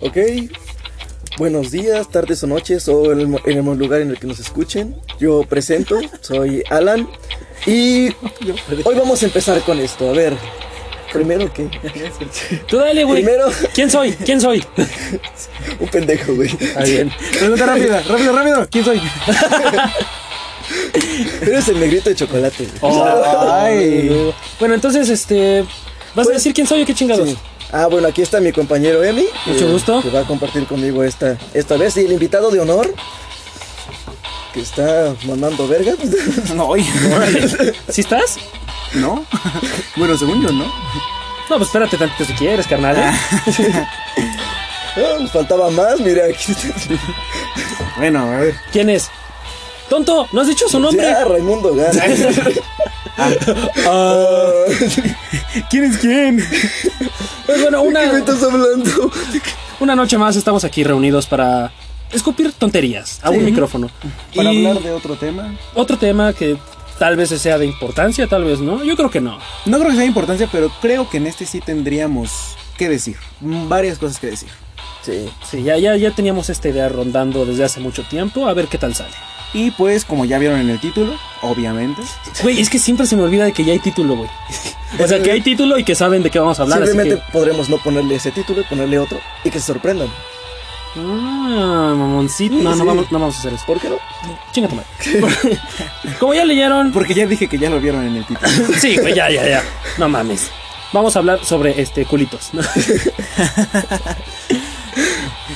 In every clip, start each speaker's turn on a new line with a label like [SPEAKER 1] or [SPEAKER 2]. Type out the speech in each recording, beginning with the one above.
[SPEAKER 1] Ok, buenos días, tardes o noches, o en el, en el lugar en el que nos escuchen. Yo presento, soy Alan. Y hoy vamos a empezar con esto. A ver, primero que.
[SPEAKER 2] Tú dale, güey.
[SPEAKER 1] Primero-
[SPEAKER 2] ¿Quién soy? ¿Quién soy?
[SPEAKER 1] Un pendejo, güey.
[SPEAKER 3] Está bien. Pregunta rápida, rápido, rápido. ¿Quién soy?
[SPEAKER 1] Eres el negrito de chocolate. güey. Ah,
[SPEAKER 3] Ay. Pues,
[SPEAKER 2] Bueno, entonces, este. ¿Vas a decir quién soy o qué chingados?
[SPEAKER 1] Sí. Ah, bueno, aquí está mi compañero Emi.
[SPEAKER 2] Mucho
[SPEAKER 1] que-
[SPEAKER 2] gusto.
[SPEAKER 1] Que va a compartir conmigo esta, esta vez. Y el invitado de honor, que está mamando verga.
[SPEAKER 3] No, oye.
[SPEAKER 2] ¿Sí estás?
[SPEAKER 3] No. Bueno, según yo, ¿no?
[SPEAKER 2] No, pues espérate tantito si quieres, carnal. ¿eh?
[SPEAKER 1] Ah, nos faltaba más, mira, aquí está.
[SPEAKER 3] Bueno, a ver.
[SPEAKER 2] ¿Quién es? Tonto, no has dicho su nombre.
[SPEAKER 1] Ya, Raimundo Gas.
[SPEAKER 2] Ah,
[SPEAKER 3] ¿Quién es quién?
[SPEAKER 2] pues bueno,
[SPEAKER 1] ¿Qué me
[SPEAKER 2] una,
[SPEAKER 1] estás hablando?
[SPEAKER 2] una noche más estamos aquí reunidos para escupir tonterías a un micrófono.
[SPEAKER 3] Para
[SPEAKER 2] Y
[SPEAKER 3] hablar de otro tema.
[SPEAKER 2] otro tema que tal vez sea de importancia, tal vez no. Yo creo que no.
[SPEAKER 3] No creo que sea de importancia, pero creo que en este sí tendríamos que decir. Mm, Varias cosas que decir.
[SPEAKER 1] Sí.
[SPEAKER 2] Sí, ya, ya, ya teníamos esta idea rondando desde hace mucho tiempo. A ver qué tal sale.
[SPEAKER 3] Y pues, como ya vieron en el título, obviamente.
[SPEAKER 2] Güey, es que siempre se me olvida de que ya hay título, güey. O sea, que hay título y que saben de qué vamos a hablar. así
[SPEAKER 1] Simplemente
[SPEAKER 2] que...
[SPEAKER 1] podremos no ponerle ese título y ponerle otro y que se sorprendan.
[SPEAKER 2] Ah, mamoncito. No,
[SPEAKER 1] Sí.
[SPEAKER 2] no vamos, no vamos a hacer eso.
[SPEAKER 1] ¿Por qué no?
[SPEAKER 2] Chinga tu madre. Como ya leyeron.
[SPEAKER 3] Porque ya dije que ya lo vieron en el título.
[SPEAKER 2] Sí, güey, ya, ya, ya. No mames. Vamos a hablar sobre este culitos.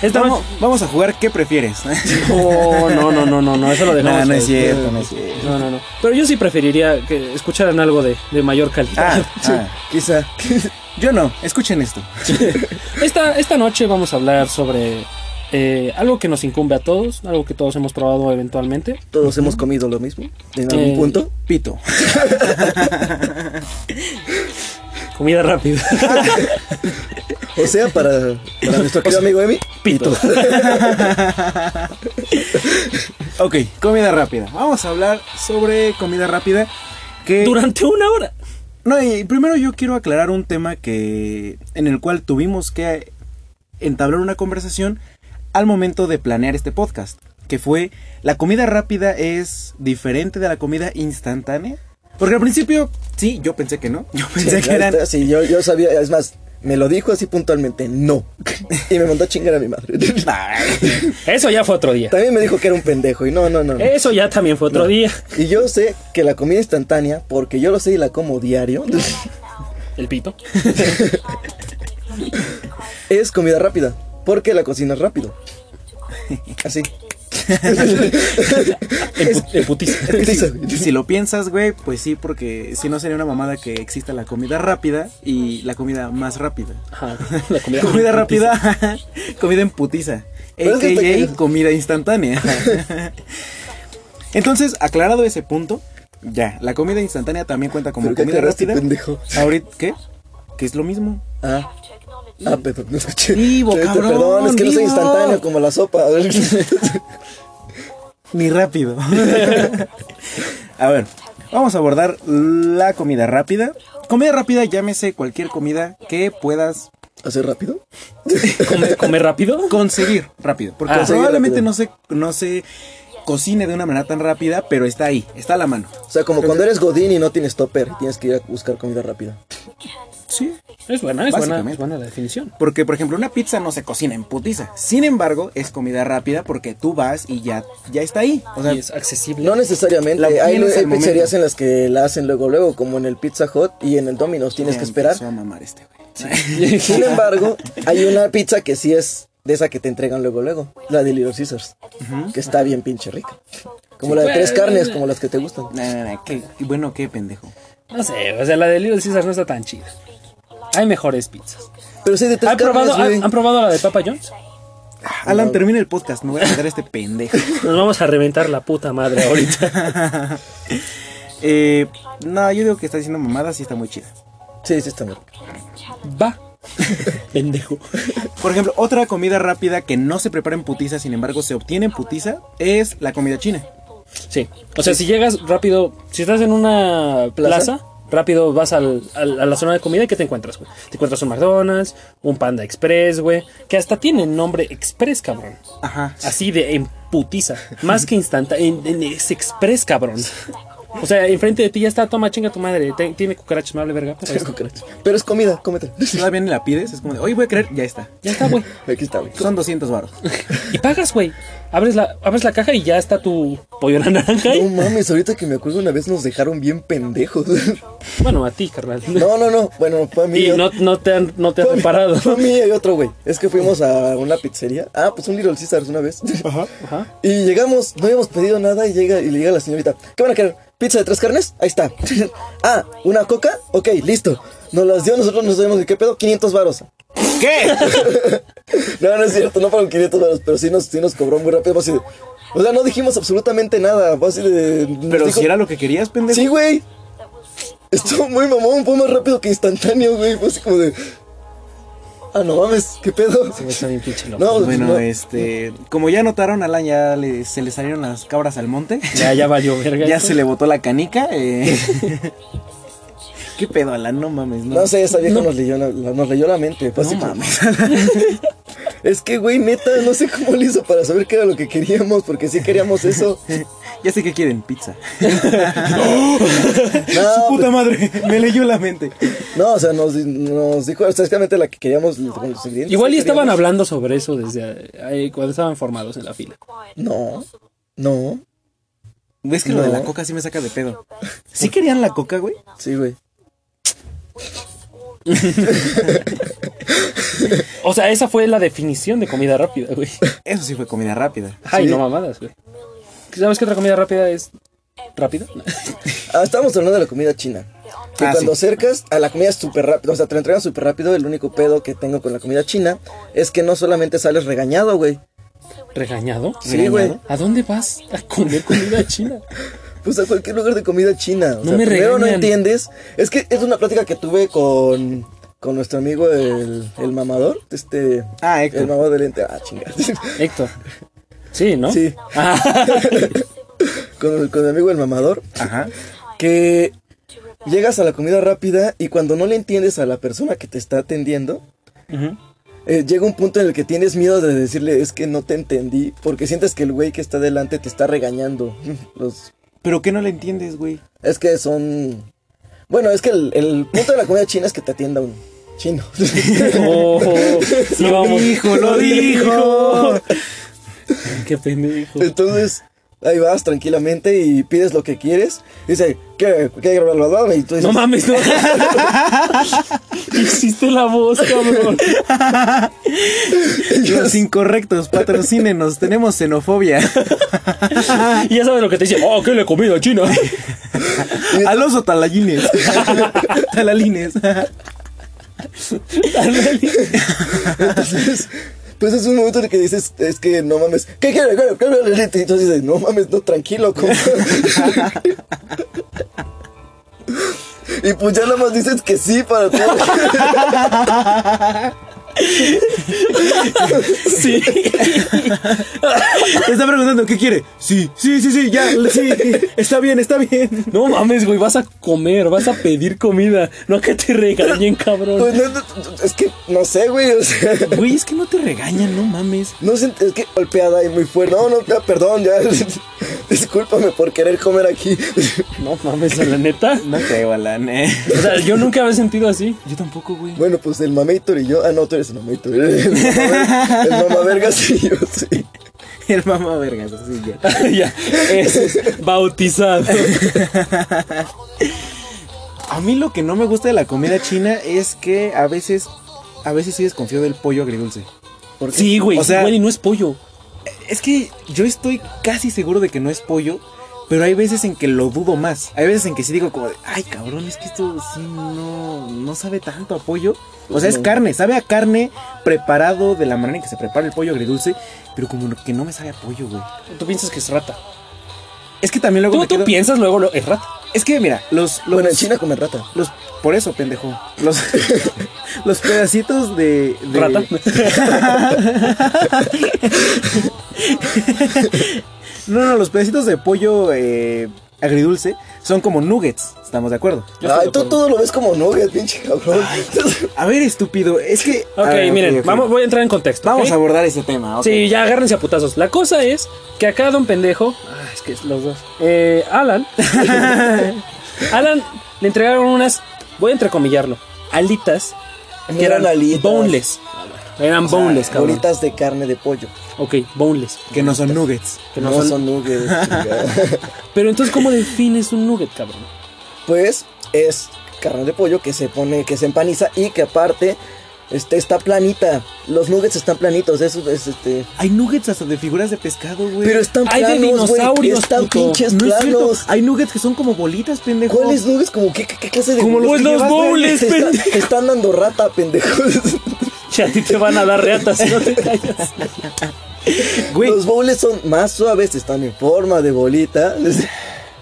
[SPEAKER 2] Esta
[SPEAKER 3] Vamos, vamos a jugar ¿Qué prefieres?
[SPEAKER 2] Oh, no, no, no, no, no, eso lo dejamos.
[SPEAKER 3] no, no es
[SPEAKER 2] güey.
[SPEAKER 3] cierto, no es cierto.
[SPEAKER 2] No, no, no. Pero yo sí preferiría que escucharan algo de, de mayor calidad.
[SPEAKER 3] Ah, ah,
[SPEAKER 1] Quizá.
[SPEAKER 3] yo no, escuchen esto.
[SPEAKER 2] Esta, esta noche vamos a hablar sobre eh, algo que nos incumbe a todos, algo que todos hemos probado eventualmente.
[SPEAKER 1] Todos hemos comido lo mismo en algún
[SPEAKER 2] Eh,
[SPEAKER 1] punto.
[SPEAKER 3] Pito.
[SPEAKER 2] Comida rápida.
[SPEAKER 1] O sea, para, para nuestro querido amigo Emi.
[SPEAKER 2] Pito.
[SPEAKER 3] Ok, comida rápida. Vamos a hablar sobre comida rápida. Que...
[SPEAKER 2] Durante una hora.
[SPEAKER 3] No, y primero yo quiero aclarar un tema que en el cual tuvimos que entablar una conversación al momento de planear este podcast, que fue la comida rápida es diferente de la comida instantánea. Porque al principio sí, yo pensé que no. Yo pensé que
[SPEAKER 1] Ahí
[SPEAKER 3] eran
[SPEAKER 1] está, Sí, yo, yo sabía, es más, me lo dijo así puntualmente, no. Y me mandó a chingar a mi madre.
[SPEAKER 2] Eso ya fue otro día.
[SPEAKER 1] También me dijo que era un pendejo y no, no, no. no.
[SPEAKER 2] Eso ya también fue otro día.
[SPEAKER 1] Y yo sé que la comida instantánea, porque yo lo sé y la como diario,
[SPEAKER 2] El pito.
[SPEAKER 1] es comida rápida, porque la cocinas rápido. Así.
[SPEAKER 2] El, put- el putis.
[SPEAKER 3] Si lo piensas, güey, pues sí, porque si no sería una mamada que exista la comida rápida y la comida más rápida.
[SPEAKER 2] Ajá, la comida,
[SPEAKER 3] Comida rápida, comida en putiza.
[SPEAKER 1] Pero es que está
[SPEAKER 3] AKA
[SPEAKER 1] que-
[SPEAKER 3] comida instantánea. Entonces, aclarado ese punto, ya, la comida instantánea también cuenta como
[SPEAKER 1] ¿Pero qué
[SPEAKER 3] comida
[SPEAKER 1] aclaraste,
[SPEAKER 3] rápida.
[SPEAKER 1] pendejo?
[SPEAKER 3] Ahorita, ¿qué? Que es lo mismo.
[SPEAKER 1] Ah. Ah, perdón, no escuché.
[SPEAKER 3] Vivo,
[SPEAKER 1] Este,
[SPEAKER 3] cabrón,
[SPEAKER 1] Perdón, es que no soy
[SPEAKER 3] vivo.
[SPEAKER 1] instantáneo como la sopa.
[SPEAKER 3] Ni rápido. a ver, vamos a abordar la comida rápida. Comida rápida, llámese cualquier comida que puedas
[SPEAKER 1] ¿Hacer rápido?
[SPEAKER 2] ¿Comer, comer rápido?
[SPEAKER 3] conseguir rápido. Porque
[SPEAKER 2] Ah.
[SPEAKER 3] probablemente
[SPEAKER 1] Conseguir
[SPEAKER 3] no se, no se cocine de una manera tan rápida, pero está ahí, está a la mano.
[SPEAKER 1] O sea, como cuando eres Godín y no tienes topper, tienes que ir a buscar comida rápida.
[SPEAKER 3] Sí.
[SPEAKER 2] Es buena, es buena,
[SPEAKER 3] Básicamente.
[SPEAKER 2] es buena la definición.
[SPEAKER 3] Porque, por ejemplo, una pizza no se cocina en putiza. Sin embargo, es comida rápida porque tú vas y ya, ya está ahí. O sea,
[SPEAKER 2] Y es accesible.
[SPEAKER 1] No necesariamente.
[SPEAKER 3] La
[SPEAKER 1] hay
[SPEAKER 3] tienes
[SPEAKER 1] hay
[SPEAKER 3] al
[SPEAKER 1] pizzerías
[SPEAKER 3] momento.
[SPEAKER 1] en las que la hacen luego, luego, como en el Pizza Hut y en el Domino's. Tienes
[SPEAKER 3] ya
[SPEAKER 1] que esperar.
[SPEAKER 3] empezó a mamar este güey.
[SPEAKER 1] Sin embargo, hay una pizza que sí es de esa que te entregan luego, luego. La de Little Caesars. Que está bien pinche rica. Como la de tres carnes, como las que te gustan.
[SPEAKER 3] Nah, nah, nah, qué, qué bueno, qué pendejo.
[SPEAKER 2] No sé, o sea, la de Little Caesar no está tan chida. Hay mejores pizzas.
[SPEAKER 1] Pero sí, de tres
[SPEAKER 2] ¿Han probado,
[SPEAKER 1] carnes, güey.
[SPEAKER 2] ¿han, han probado la de Papa John's?
[SPEAKER 3] Ah, Alan, termina el podcast. No voy a quedar este pendejo.
[SPEAKER 2] Nos vamos a reventar la puta madre ahorita.
[SPEAKER 3] Eh, no, yo digo que está haciendo mamadas y está muy chida.
[SPEAKER 1] Sí, sí, está bien.
[SPEAKER 2] Va. Pendejo.
[SPEAKER 3] Por ejemplo, otra comida rápida que no se prepara en putiza, sin embargo, se obtiene en putiza, es la comida china.
[SPEAKER 2] Sí. O sea, si llegas rápido, si estás en una plaza,
[SPEAKER 1] ¿Plaza?
[SPEAKER 2] Rápido vas al, al- a la zona de comida y ¿qué te encuentras, güey? Te encuentras un McDonald's, un Panda Express, güey. Que hasta tienen nombre Express, cabrón.
[SPEAKER 3] Ajá.
[SPEAKER 2] Así de en putiza. Más que instantá en, en- es Express, cabrón. O sea, enfrente de ti ya está, toma chinga tu madre. te- tiene cucarachas, me vale verga. Pues, pero ahí está.
[SPEAKER 1] Pero es comida, cómetela.
[SPEAKER 3] Todavía ni la pides, es como de, hoy voy a creer, ya está.
[SPEAKER 2] Ya está, güey.
[SPEAKER 1] Aquí está, güey.
[SPEAKER 3] Son 200 baros.
[SPEAKER 2] Y pagas, güey. Abres la, abres la caja y ya está tu pollo a la naranja. ahí.
[SPEAKER 1] No mames, ahorita que me acuerdo una vez nos dejaron bien pendejos.
[SPEAKER 2] Bueno, a ti, carnal.
[SPEAKER 1] No, no, no. Bueno, fue a mí.
[SPEAKER 2] Y
[SPEAKER 1] yo-
[SPEAKER 2] no, no te han, no te has
[SPEAKER 1] fue a mí-
[SPEAKER 2] reparado.
[SPEAKER 1] Fue a mí y otro, güey. Es que fuimos a una pizzería. Ah, pues un Little Caesars una vez.
[SPEAKER 2] Ajá.
[SPEAKER 1] Y llegamos, no habíamos pedido nada y llega y le llega la señorita, ¿qué van a querer? ¿Pizza de tres carnes? Ahí está. ah, ¿una coca? Ok, listo. Nos las dio, nosotros no sabemos de qué pedo, 500 varos.
[SPEAKER 3] ¿Qué?
[SPEAKER 1] No, no es cierto, no fueron 500 varos, pero sí nos, sí nos cobró muy rápido. fue así de- o sea, no dijimos absolutamente nada, fue así de... nos
[SPEAKER 3] Pero
[SPEAKER 1] dijo-
[SPEAKER 3] si era lo que querías, pendejo.
[SPEAKER 1] Sí, güey. Estuvo muy mamón, fue más rápido que instantáneo, güey. Fue así como de... Ah, no mames, ¿qué pedo?
[SPEAKER 2] Me está bien pinche loco.
[SPEAKER 1] No, pues,
[SPEAKER 3] Bueno,
[SPEAKER 1] no.
[SPEAKER 3] este, como ya notaron, Alan ya le- se le salieron las cabras al monte.
[SPEAKER 2] Ya, ya valió verga.
[SPEAKER 3] ya
[SPEAKER 2] esto.
[SPEAKER 3] se le botó la canica. eh. ¿Qué pedo, Alan? No mames, no.
[SPEAKER 1] No sé, esa vieja nos, leyó la, la- nos leyó la mente. fue
[SPEAKER 3] No
[SPEAKER 1] así como-
[SPEAKER 3] mames.
[SPEAKER 1] Es que, güey, neta, no sé cómo le hizo para saber qué era lo que queríamos, porque sí queríamos eso.
[SPEAKER 3] ya sé que quieren pizza.
[SPEAKER 1] No, pues,
[SPEAKER 3] Su puta madre, me leyó la mente.
[SPEAKER 1] no o sea, nos, nos dijo exactamente la que queríamos con los ingredientes.
[SPEAKER 2] Igual y
[SPEAKER 1] que
[SPEAKER 2] estaban
[SPEAKER 1] queríamos.
[SPEAKER 2] hablando sobre eso desde ahí, cuando estaban formados en la fila.
[SPEAKER 1] No, no.
[SPEAKER 3] Es que lo de la
[SPEAKER 1] No.
[SPEAKER 3] coca sí me saca de pedo. ¿Sí querían la coca, güey?
[SPEAKER 1] Sí, güey.
[SPEAKER 2] O sea, esa fue la definición de comida rápida, güey.
[SPEAKER 3] Eso sí fue comida rápida.
[SPEAKER 2] Ay,
[SPEAKER 1] Sí.
[SPEAKER 2] no mamadas, güey. ¿Sabes qué otra comida rápida es rápida?
[SPEAKER 1] Ah, estábamos hablando de la comida china. Que
[SPEAKER 3] Ah,
[SPEAKER 1] cuando
[SPEAKER 3] sí.
[SPEAKER 1] acercas a la comida es súper rápido, o sea, te la entregan súper rápido. El único pedo que tengo con la comida china es que no solamente sales regañado, güey.
[SPEAKER 2] ¿Regañado?
[SPEAKER 1] Sí, güey.
[SPEAKER 3] Regañado.
[SPEAKER 2] ¿A dónde vas a comer comida china?
[SPEAKER 1] Pues a cualquier lugar de comida china. O
[SPEAKER 2] No
[SPEAKER 1] sea,
[SPEAKER 2] me
[SPEAKER 1] primero no
[SPEAKER 2] regañan.
[SPEAKER 1] entiendes. Es que es una plática que tuve con, con nuestro amigo el, el mamador. Este.
[SPEAKER 3] Ah,
[SPEAKER 1] El
[SPEAKER 3] Héctor.
[SPEAKER 1] mamador de lente. Ah, chingada.
[SPEAKER 2] Héctor. Sí, ¿no?
[SPEAKER 1] Sí.
[SPEAKER 2] Ah,
[SPEAKER 1] con, el- con mi amigo el mamador.
[SPEAKER 3] Ajá.
[SPEAKER 1] Que llegas a la comida rápida y cuando no le entiendes a la persona que te está atendiendo. eh, llega un punto en el que tienes miedo de decirle es que no te entendí porque sientes que el güey que está delante te está regañando. Los,
[SPEAKER 3] ¿Pero qué no le entiendes, güey?
[SPEAKER 1] es que son... Bueno, es que el, el punto de la comida china es que te atienda un chino.
[SPEAKER 2] oh, sí, vamos.
[SPEAKER 3] Dijo, lo dijo.
[SPEAKER 2] Qué pendejo.
[SPEAKER 1] Entonces, ahí vas tranquilamente y pides lo que quieres. Dice, ¿qué? ¿Qué? Bla, bla, bla, y tú dices,
[SPEAKER 2] No mames, no. Hiciste la voz, cabrón.
[SPEAKER 3] Los incorrectos, patrocínenos, tenemos xenofobia.
[SPEAKER 2] Y ya sabes lo que te dice. Oh, ¿qué le he comido a China?
[SPEAKER 3] A los otalalines. Talalines.
[SPEAKER 1] Entonces, pues es un momento en el que dices, es que no mames, ¿qué quieres? ¿Qué quieres? Y entonces dices, no mames, no, tranquilo, compa. Y pues ya nada más dices que sí para todo.
[SPEAKER 2] Sí.
[SPEAKER 3] Te está preguntando, ¿qué quiere? Sí, sí, sí, sí, ya, sí. Está bien, está bien.
[SPEAKER 2] No mames, güey. Vas a comer, vas a pedir comida. No a que te regañen, cabrón.
[SPEAKER 1] Pues no, no, es que no sé, güey, o sea,
[SPEAKER 3] Güey, es que no te regañan, no mames.
[SPEAKER 1] no sé, es que golpeada y muy fuerte. No, no, ya, perdón, ya. Discúlpame por querer comer aquí.
[SPEAKER 2] No mames, a la neta.
[SPEAKER 3] No creo, Alan, eh.
[SPEAKER 2] O sea, yo nunca me he sentido así.
[SPEAKER 3] Yo tampoco, güey.
[SPEAKER 1] Bueno, pues el mameitor y yo. Ah, no, tú eres el mameitor. El mamaver- el mamavergas y yo, sí.
[SPEAKER 3] El mamá vergas, así ya.
[SPEAKER 2] ya. Es bautizado.
[SPEAKER 3] A mí lo que no me gusta de la comida china es que a veces, a veces sí desconfío del pollo agridulce.
[SPEAKER 1] ¿Por qué?
[SPEAKER 2] Sí, güey.
[SPEAKER 3] O sea-
[SPEAKER 2] igual y no es pollo.
[SPEAKER 3] Es que yo estoy casi seguro de que no es pollo, pero hay veces en que lo dudo más. Hay veces en que sí digo como, de, ay cabrón, es que esto sí no, no sabe tanto a pollo. O sea, es
[SPEAKER 1] No.
[SPEAKER 3] carne, sabe a carne preparado de la manera en que se prepara el pollo agridulce, pero como que no me sabe a pollo, güey.
[SPEAKER 2] Tú piensas que es rata.
[SPEAKER 3] Es que también luego
[SPEAKER 2] Tú,
[SPEAKER 3] me
[SPEAKER 2] tú
[SPEAKER 3] quedo-
[SPEAKER 2] piensas luego lo, es rata.
[SPEAKER 3] Es que mira, los, los,
[SPEAKER 1] Bueno, en China comen rata.
[SPEAKER 3] los por eso, pendejo. Los, los pedacitos de, de-
[SPEAKER 2] Rata.
[SPEAKER 3] No, no, los pedacitos de pollo eh, agridulce son como nuggets, ¿estamos de acuerdo?
[SPEAKER 2] Yo estoy
[SPEAKER 1] Ay,
[SPEAKER 2] de
[SPEAKER 1] tú
[SPEAKER 2] acuerdo.
[SPEAKER 1] todo lo ves como nugget, pinche cabrón.
[SPEAKER 3] A ver, estúpido, es que...
[SPEAKER 2] Ok,
[SPEAKER 3] a ver,
[SPEAKER 2] miren,
[SPEAKER 3] ok.
[SPEAKER 2] Vamos, voy a entrar en contexto.
[SPEAKER 3] Vamos
[SPEAKER 2] ¿ok?
[SPEAKER 3] a abordar ese tema. ok.
[SPEAKER 2] Sí, ya agárrense a putazos. La cosa es que acá Don Pendejo. Ah, es que es los dos. Eh, Alan. Alan le entregaron unas. Voy a entrecomillarlo. Alitas.
[SPEAKER 1] No
[SPEAKER 2] Que eran
[SPEAKER 1] eran alitas.
[SPEAKER 2] boneless. Eran
[SPEAKER 1] O sea,
[SPEAKER 2] boneless, cabrón.
[SPEAKER 1] Bolitas de carne de pollo.
[SPEAKER 2] Ok, boneless.
[SPEAKER 3] Que no son nuggets.
[SPEAKER 2] Que
[SPEAKER 1] no,
[SPEAKER 2] no son-
[SPEAKER 1] son nuggets. chingada.
[SPEAKER 2] Pero entonces, ¿cómo defines un nugget, cabrón?
[SPEAKER 1] pues es carne de pollo que se pone, que se empaniza y que aparte este, está planita. Los nuggets están planitos, eso es este.
[SPEAKER 3] Hay nuggets hasta de figuras de pescado, güey.
[SPEAKER 1] Pero están
[SPEAKER 2] Hay de
[SPEAKER 1] planos, güey,
[SPEAKER 2] dinosaurios,
[SPEAKER 1] Están
[SPEAKER 2] puto.
[SPEAKER 1] pinches
[SPEAKER 3] no es cierto.
[SPEAKER 1] planos.
[SPEAKER 3] Hay nuggets que son como bolitas, pendejo.
[SPEAKER 1] ¿Cuáles nuggets? Como qué, qué, qué clase de
[SPEAKER 3] Como los
[SPEAKER 1] nuggets
[SPEAKER 3] que
[SPEAKER 2] Pues los
[SPEAKER 3] llevas, güey.
[SPEAKER 2] bowls,
[SPEAKER 1] te, está-
[SPEAKER 2] pendejo.
[SPEAKER 1] te están dando rata, pendejos.
[SPEAKER 2] Che, a ti te van a dar reatas si no te callas.
[SPEAKER 3] Güey,
[SPEAKER 1] Los bowls son más suaves, están en forma de bolita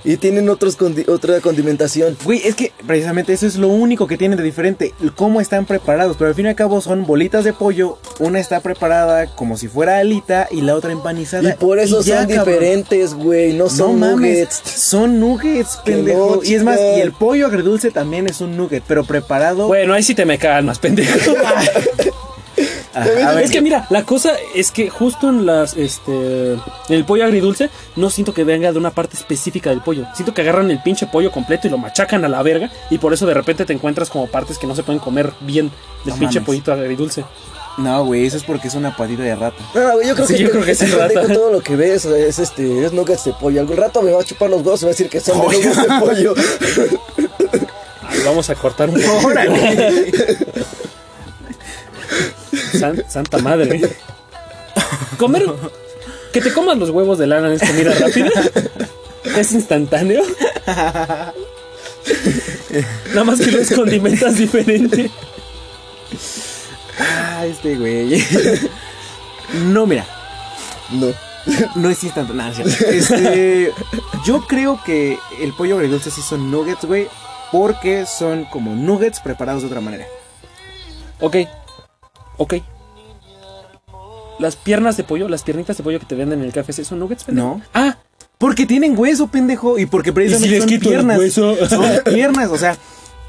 [SPEAKER 1] y tienen otros condi- otra condimentación.
[SPEAKER 3] Güey, es que precisamente eso es lo único que tienen de diferente, el cómo están preparados, pero al fin y al cabo son bolitas de pollo, una está preparada como si fuera alita y la otra
[SPEAKER 1] Y
[SPEAKER 3] empanizada.
[SPEAKER 1] por eso
[SPEAKER 3] ya,
[SPEAKER 1] son
[SPEAKER 3] cabrón.
[SPEAKER 1] diferentes, güey. No
[SPEAKER 3] No
[SPEAKER 1] son
[SPEAKER 3] mames,
[SPEAKER 1] nuggets.
[SPEAKER 3] son nuggets,
[SPEAKER 1] Que no,
[SPEAKER 3] pendejo. y es más,
[SPEAKER 1] chica.
[SPEAKER 3] y el pollo agridulce también es un nugget, pero preparado.
[SPEAKER 2] Bueno, ahí sí te me cagan más, pendejo.
[SPEAKER 3] Ajá, a ver,
[SPEAKER 2] Es que mira, la cosa es que justo en las, este, en el pollo agridulce, no siento que venga de una parte específica del pollo. Siento que agarran el pinche pollo completo y lo machacan a la verga y por eso de repente te encuentras como partes que no se pueden comer bien del
[SPEAKER 3] No
[SPEAKER 2] pinche
[SPEAKER 3] mames.
[SPEAKER 2] pollito agridulce.
[SPEAKER 3] No, güey, eso es porque es una patita de rata.
[SPEAKER 1] No, güey, yo creo
[SPEAKER 2] Sí,
[SPEAKER 1] que
[SPEAKER 2] yo creo que sí,
[SPEAKER 1] pendejo,
[SPEAKER 2] rata.
[SPEAKER 1] todo lo que ves es este es nuggets de pollo. Algún rato me va a chupar los huevos y va a decir que son de nuggets de pollo.
[SPEAKER 2] Ay, vamos a cortar un poco.
[SPEAKER 3] Órale.
[SPEAKER 2] San- santa madre. Comer que te comas los huevos de lana es comida rápida. Es instantáneo. Nada más que los condimentas diferente.
[SPEAKER 3] ah, este güey. no, mira.
[SPEAKER 1] No.
[SPEAKER 3] No es instantáneo. nada, es cierto. Este, yo creo que el pollo agridulce sí son nuggets, güey. Porque son como nuggets preparados de otra manera.
[SPEAKER 2] Ok, ok. Las piernas de pollo, las piernitas de pollo que te venden en el KFC son nuggets, pendejo?
[SPEAKER 3] No.
[SPEAKER 2] Ah,
[SPEAKER 3] Porque tienen hueso, pendejo. Y porque precisamente
[SPEAKER 2] ¿Y si les
[SPEAKER 3] son
[SPEAKER 2] quito el
[SPEAKER 3] piernas.
[SPEAKER 2] hueso?
[SPEAKER 3] Son piernas, o sea,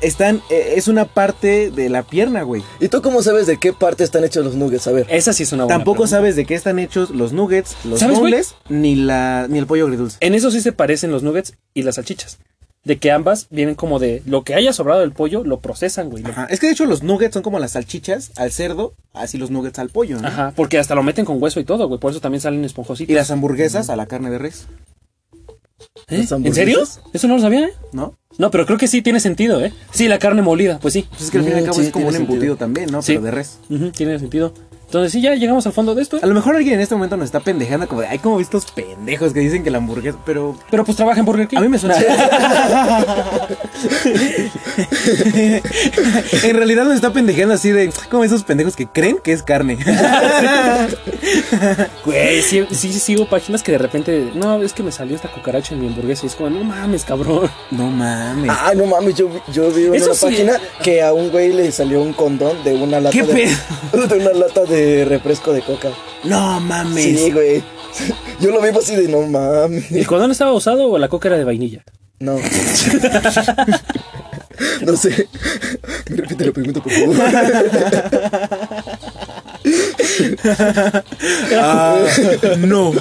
[SPEAKER 3] están. eh, es una parte de la pierna, güey.
[SPEAKER 1] ¿Y tú cómo sabes de qué parte están hechos los nuggets? A ver.
[SPEAKER 2] esa sí es una buena.
[SPEAKER 3] Tampoco
[SPEAKER 2] pregunta.
[SPEAKER 3] sabes de qué están hechos los nuggets, los
[SPEAKER 2] ¿Sabes, güey?
[SPEAKER 3] boneless, ni la. ni el pollo agridulce.
[SPEAKER 2] En eso sí se parecen los nuggets y las salchichas. De que ambas vienen como de lo que haya sobrado del pollo, lo procesan, güey. Lo- Ajá.
[SPEAKER 3] Ajá. Es que de hecho los nuggets son como las salchichas al cerdo, así los nuggets al pollo, ¿no?
[SPEAKER 2] porque hasta lo meten con hueso y todo, güey. Por eso también salen esponjositos.
[SPEAKER 3] Y las hamburguesas a la carne de res,
[SPEAKER 2] ¿Eh?
[SPEAKER 1] las
[SPEAKER 2] ¿En serio?
[SPEAKER 1] hamburguesas?
[SPEAKER 2] Eso no lo sabía, ¿eh?
[SPEAKER 3] ¿no?
[SPEAKER 2] No, pero creo que sí tiene sentido, ¿eh? Sí, la carne molida, pues sí.
[SPEAKER 3] Pues es que al fin y al
[SPEAKER 1] Mm,
[SPEAKER 3] cabo
[SPEAKER 1] sí,
[SPEAKER 3] es como un
[SPEAKER 1] tiene
[SPEAKER 3] embutido
[SPEAKER 1] sentido.
[SPEAKER 3] también, ¿no?
[SPEAKER 2] Sí.
[SPEAKER 3] Pero de res.
[SPEAKER 2] Ujú, tiene sentido. Entonces sí, ya llegamos al fondo de esto.
[SPEAKER 3] A lo mejor alguien en este momento nos está pendejando como de, ay, como estos pendejos que dicen que la hamburguesa, pero
[SPEAKER 2] Pero pues trabaja en Burger King.
[SPEAKER 3] a mí me suena... en realidad nos está pendejando así de, como esos pendejos que creen que es carne.
[SPEAKER 2] Güey, sí, sí, sí sigo páginas que de repente, no, es que me salió esta cucaracha en mi hamburguesa y es como, no mames, cabrón.
[SPEAKER 3] no mames.
[SPEAKER 1] Ah, no mames, yo, vi- yo vi en
[SPEAKER 2] Eso
[SPEAKER 1] una
[SPEAKER 2] sí.
[SPEAKER 1] página que a un güey le salió un condón de una lata
[SPEAKER 3] ¿Qué
[SPEAKER 1] de, de una lata de refresco de coca.
[SPEAKER 3] No mames.
[SPEAKER 1] Sí, güey. Yo lo vivo así de no mames.
[SPEAKER 2] ¿El condón estaba usado o la coca era de vainilla?
[SPEAKER 1] No. no sé. Repite la pregunta, por favor.
[SPEAKER 3] Ah, no.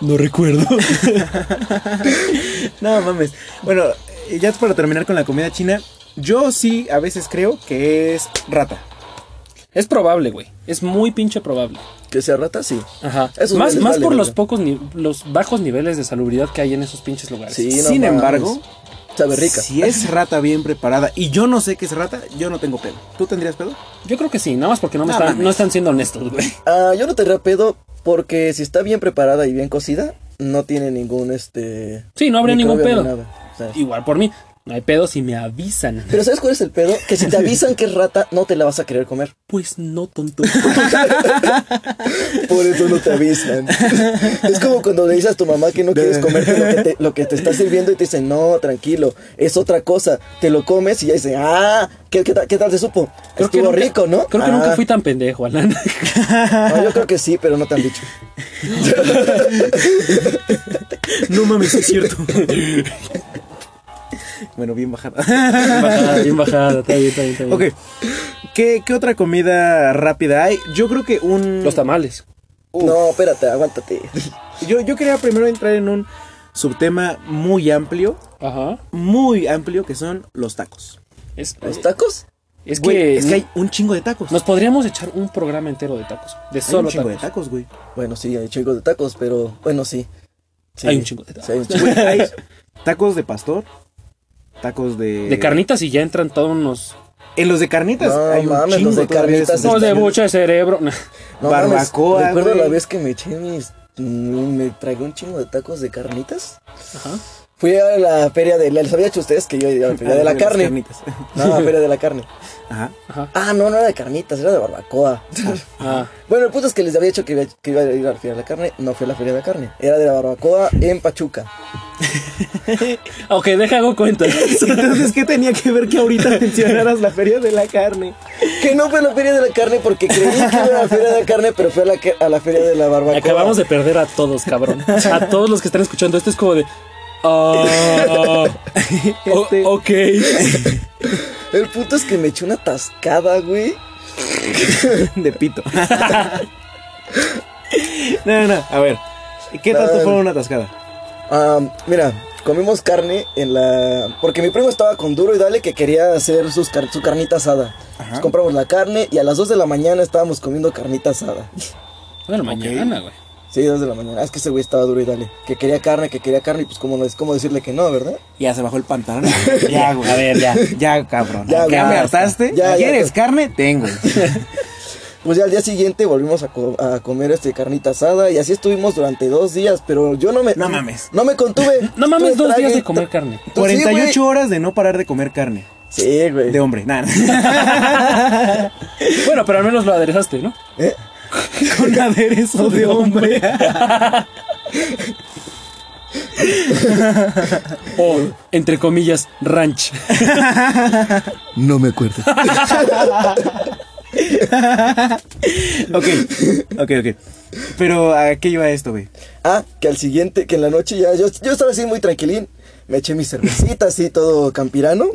[SPEAKER 2] No recuerdo.
[SPEAKER 3] No mames. Bueno, eh, ya para terminar con la comida china, yo sí a veces creo que es rata.
[SPEAKER 2] Es probable, güey. Es muy pinche probable.
[SPEAKER 1] Que sea rata, sí.
[SPEAKER 2] Ajá.
[SPEAKER 1] Esos
[SPEAKER 2] más
[SPEAKER 1] güeyes
[SPEAKER 2] más
[SPEAKER 1] vale
[SPEAKER 2] por
[SPEAKER 1] verga.
[SPEAKER 2] los pocos ni- los bajos niveles de salubridad que hay en esos pinches lugares.
[SPEAKER 1] Sí, no
[SPEAKER 3] Sin
[SPEAKER 1] mames.
[SPEAKER 3] embargo,
[SPEAKER 1] Sabe rica.
[SPEAKER 3] Si es rata bien preparada y yo no sé qué es rata, yo no tengo pedo. ¿Tú tendrías pedo?
[SPEAKER 2] Yo creo que sí, nada más porque no me
[SPEAKER 3] No
[SPEAKER 2] están,
[SPEAKER 3] mames.
[SPEAKER 2] no están siendo honestos, güey.
[SPEAKER 1] Ah, yo no te pedo porque si está bien preparada y bien cocida, no tiene ningún este.
[SPEAKER 2] Sí, no habría ningún
[SPEAKER 1] microbio ni
[SPEAKER 2] pedo.
[SPEAKER 1] nada, o sea.
[SPEAKER 2] Igual por mí, no hay pedo si me avisan.
[SPEAKER 1] Pero ¿sabes cuál es el pedo? Que si te avisan que es rata, no te la vas a querer comer.
[SPEAKER 2] Pues no, tonto.
[SPEAKER 1] Por eso no te avisan. es como cuando le dices a tu mamá que no quieres comerte lo que, te, lo que te está sirviendo y te dicen, no, tranquilo, es otra cosa. Te lo comes y ya dicen, ah, ¿qué, qué, tal, qué tal te supo?
[SPEAKER 2] Creo que
[SPEAKER 1] Estuvo
[SPEAKER 2] nunca-
[SPEAKER 1] rico, ¿no?
[SPEAKER 2] Creo que nunca
[SPEAKER 1] Ah,
[SPEAKER 2] fui tan pendejo, Alan.
[SPEAKER 1] no, yo creo que sí, pero no te han dicho.
[SPEAKER 2] No mames, es cierto.
[SPEAKER 3] Bueno, bien bajada.
[SPEAKER 2] Bien bajada, bien bajada. Está bien, está bien, está bien.
[SPEAKER 3] ok. ¿Qué, qué otra comida rápida hay? Yo creo que un...
[SPEAKER 2] Los tamales.
[SPEAKER 3] Uf.
[SPEAKER 1] No, espérate, aguántate.
[SPEAKER 3] Yo, yo quería primero entrar en un subtema muy amplio,
[SPEAKER 2] Ajá.
[SPEAKER 3] muy amplio, que son los tacos.
[SPEAKER 2] Es,
[SPEAKER 1] ¿Los tacos?
[SPEAKER 2] es que,
[SPEAKER 3] Güey, es que hay un chingo de tacos.
[SPEAKER 2] nos podríamos echar un programa entero de tacos. De
[SPEAKER 3] hay un
[SPEAKER 2] solo
[SPEAKER 3] chingo
[SPEAKER 2] tacos.
[SPEAKER 3] de tacos, güey.
[SPEAKER 1] Bueno, sí, hay chicos de tacos, pero bueno, sí. Sí.
[SPEAKER 2] Hay un chingo de tacos.
[SPEAKER 1] Sí, hay un chingo.
[SPEAKER 3] Güey, hay tacos de pastor, tacos de...
[SPEAKER 2] De carnitas y ya entran todos unos.
[SPEAKER 3] En los de carnitas
[SPEAKER 1] No,
[SPEAKER 3] hay un
[SPEAKER 1] mames,
[SPEAKER 3] chingo
[SPEAKER 1] los de
[SPEAKER 3] todavía
[SPEAKER 1] carnitas
[SPEAKER 3] esos
[SPEAKER 2] No, de
[SPEAKER 1] están-
[SPEAKER 3] españoles.
[SPEAKER 2] bucha de cerebro.
[SPEAKER 1] No mames,
[SPEAKER 3] Barbacoa,
[SPEAKER 1] Recuerdo
[SPEAKER 3] güey.
[SPEAKER 1] la vez que me eché mis. mm, Me tragué un chingo de tacos de carnitas.
[SPEAKER 2] Ajá.
[SPEAKER 1] Fui a la feria de. Les había dicho a ustedes que yo iba a la feria
[SPEAKER 3] Ah,
[SPEAKER 1] de la
[SPEAKER 3] las
[SPEAKER 1] carne.
[SPEAKER 3] carnitas.
[SPEAKER 1] No, la feria de la carne.
[SPEAKER 3] Ajá.
[SPEAKER 2] Ajá.
[SPEAKER 1] Ah, no, no era de carnitas, era de barbacoa.
[SPEAKER 2] Ah,
[SPEAKER 1] Bueno, el punto es que les había dicho que iba, que iba a ir a la feria de la carne. No fui a la feria de la carne. Era de la barbacoa en Pachuca.
[SPEAKER 2] Ok, deja hago cuenta.
[SPEAKER 3] Entonces, ¿qué tenía que ver que ahorita mencionaras la feria de la carne?
[SPEAKER 1] Que no fue a la feria de la carne porque creí que iba a la feria de la carne, pero fue a la, que- a la feria de la barbacoa.
[SPEAKER 2] Acabamos de perder a todos, cabrón. A todos los que están escuchando esto es como de. ah, o-
[SPEAKER 3] Este-
[SPEAKER 2] ok.
[SPEAKER 1] El punto es que me eché una tascada, güey.
[SPEAKER 3] De pito. no, no, no. A ver. ¿Qué tanto
[SPEAKER 1] Dale.
[SPEAKER 3] fue una atascada?
[SPEAKER 1] Ah, mira, comimos carne en la. Porque mi primo estaba con duro y dale que quería hacer sus car- su carnita asada. Entonces compramos la carne y a las 2 de la mañana estábamos comiendo carnita asada.
[SPEAKER 2] Bueno, mañana, güey.
[SPEAKER 1] Sí, 2 de la mañana. Ah, Es que ese güey estaba duro y dale. Que quería carne, que quería carne. Y pues, ¿cómo, no- es como decirle que no, ¿verdad?
[SPEAKER 3] Ya se bajó el pantalón. ya, güey. A ver, ya. Ya, cabrón.
[SPEAKER 1] Ya,
[SPEAKER 3] Ya,
[SPEAKER 1] güey.
[SPEAKER 3] me hartaste.
[SPEAKER 1] Ya, ya,
[SPEAKER 3] ¿Quieres
[SPEAKER 1] ya.
[SPEAKER 3] carne? Tengo.
[SPEAKER 1] Pues ya al día siguiente volvimos a, co- a comer este carnita asada. Y así estuvimos durante dos días. Pero yo no me.
[SPEAKER 3] No mames.
[SPEAKER 1] No me contuve.
[SPEAKER 2] No mames,
[SPEAKER 1] Estuve
[SPEAKER 2] dos días
[SPEAKER 1] trague-
[SPEAKER 2] de comer carne.
[SPEAKER 1] Sí,
[SPEAKER 3] 48
[SPEAKER 1] güey.
[SPEAKER 3] horas de no parar de comer carne.
[SPEAKER 1] Sí, güey.
[SPEAKER 3] De hombre. Nada.
[SPEAKER 2] Bueno, pero al menos lo aderezaste, ¿no?
[SPEAKER 1] ¿Eh?
[SPEAKER 3] Con aderezo de hombre.
[SPEAKER 2] O, entre comillas, ranch.
[SPEAKER 1] No me acuerdo.
[SPEAKER 3] ok. Ok, ok. Pero, ¿a qué iba esto, güey?
[SPEAKER 1] Ah, que al siguiente, que en la noche ya, yo, yo estaba así muy tranquilín. Me eché mi cervecita así, todo campirano.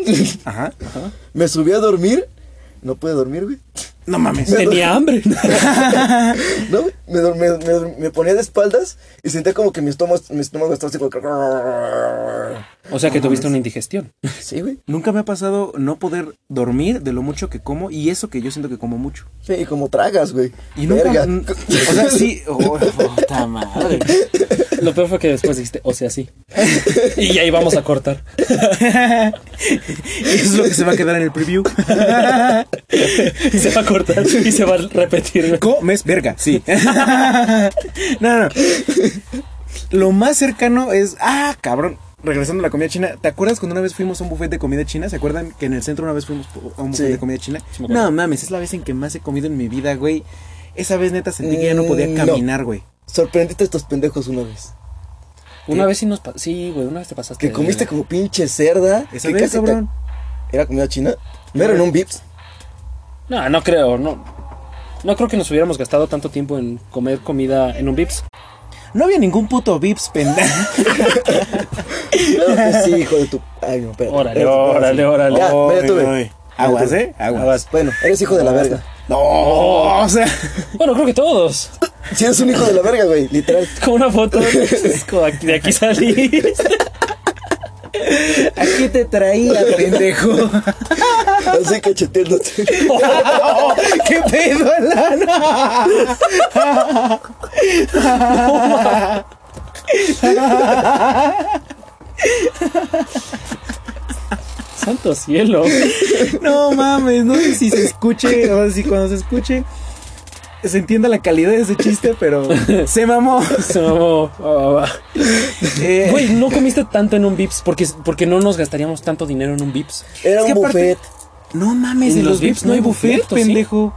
[SPEAKER 1] Ah.
[SPEAKER 3] Ajá.
[SPEAKER 1] me subí a dormir. No pude dormir, güey.
[SPEAKER 3] No mames.
[SPEAKER 2] Tenía hambre.
[SPEAKER 1] No, güey. me, dor- me, me- me ponía de espaldas y sentía como que mi estómago, mi estómago estaba así como... que-
[SPEAKER 2] O sea que tuviste una indigestión.
[SPEAKER 1] Sí, güey.
[SPEAKER 3] Nunca me ha pasado no poder dormir de lo mucho que como y eso que yo siento que como mucho.
[SPEAKER 1] Sí, y como tragas, güey.
[SPEAKER 3] Y nunca.
[SPEAKER 1] Verga.
[SPEAKER 3] n- O sea, sí. oh, puta madre.
[SPEAKER 2] Lo peor fue que después dijiste, o sea, sí. Y ahí vamos a cortar.
[SPEAKER 3] Eso es lo que se va a quedar en el preview.
[SPEAKER 2] Y se va a cortar y se va a repetir. güey.
[SPEAKER 3] Comes verga, sí. No, no. Lo más cercano es. Ah, cabrón. Regresando a la comida china, ¿te acuerdas cuando una vez fuimos a un buffet de comida china? ¿Se acuerdan que en el centro una vez fuimos a un buffet
[SPEAKER 1] Sí.
[SPEAKER 3] de comida china?
[SPEAKER 2] Sí, me acuerdo.
[SPEAKER 3] No mames, es la vez en que más he comido en mi vida, güey. Esa vez neta sentí que ya no podía
[SPEAKER 1] Mm, no.
[SPEAKER 3] caminar, güey.
[SPEAKER 1] Sorprendiste a estos pendejos una vez.
[SPEAKER 2] Una vez sí nos pa- Sí, güey, una vez te pasaste.
[SPEAKER 1] Que
[SPEAKER 2] de
[SPEAKER 1] comiste
[SPEAKER 2] verga.
[SPEAKER 1] como pinche cerda.
[SPEAKER 3] Eh. Esa
[SPEAKER 1] que
[SPEAKER 3] vez,
[SPEAKER 1] casi te-
[SPEAKER 3] cabrón.
[SPEAKER 1] ¿Era comida china? ¿No era en un Vips?
[SPEAKER 2] No, no creo, no. No creo que nos hubiéramos gastado tanto tiempo en comer comida en un Vips.
[SPEAKER 3] No había ningún puto Vips, pendejo.
[SPEAKER 1] Claro que pues sí, hijo de tu... Ay, no, espérate.
[SPEAKER 2] Órale,
[SPEAKER 1] Espérate, espérate.
[SPEAKER 2] órale, órale.
[SPEAKER 1] Ya, me
[SPEAKER 3] Oy,
[SPEAKER 1] detuve.
[SPEAKER 3] oy. Aguas, ¿eh? Aguas.
[SPEAKER 1] Bueno, eres hijo de la verga.
[SPEAKER 3] No, o sea.
[SPEAKER 2] Bueno, creo que todos.
[SPEAKER 1] Si eres un hijo de la verga, güey, literal.
[SPEAKER 2] Con una foto. es como aquí- De aquí salí.
[SPEAKER 3] Aquí te traía, pendejo.
[SPEAKER 1] Así cacheteándote.
[SPEAKER 3] ¿Qué pedo, Alana?
[SPEAKER 2] Santo cielo.
[SPEAKER 3] No mames, no sé si se escuche, o sea, si cuando se escuche se entienda la calidad de ese chiste, pero se mamó.
[SPEAKER 2] No, ah, ah.
[SPEAKER 3] Eh,
[SPEAKER 2] Güey, no comiste tanto en un Vips porque, porque no nos gastaríamos tanto dinero en un Vips.
[SPEAKER 1] Era
[SPEAKER 3] Es que
[SPEAKER 1] un
[SPEAKER 3] aparte-
[SPEAKER 1] buffet.
[SPEAKER 3] no mames, en, los VIPs no hay buffet,
[SPEAKER 2] cierto, sí.
[SPEAKER 3] pendejo.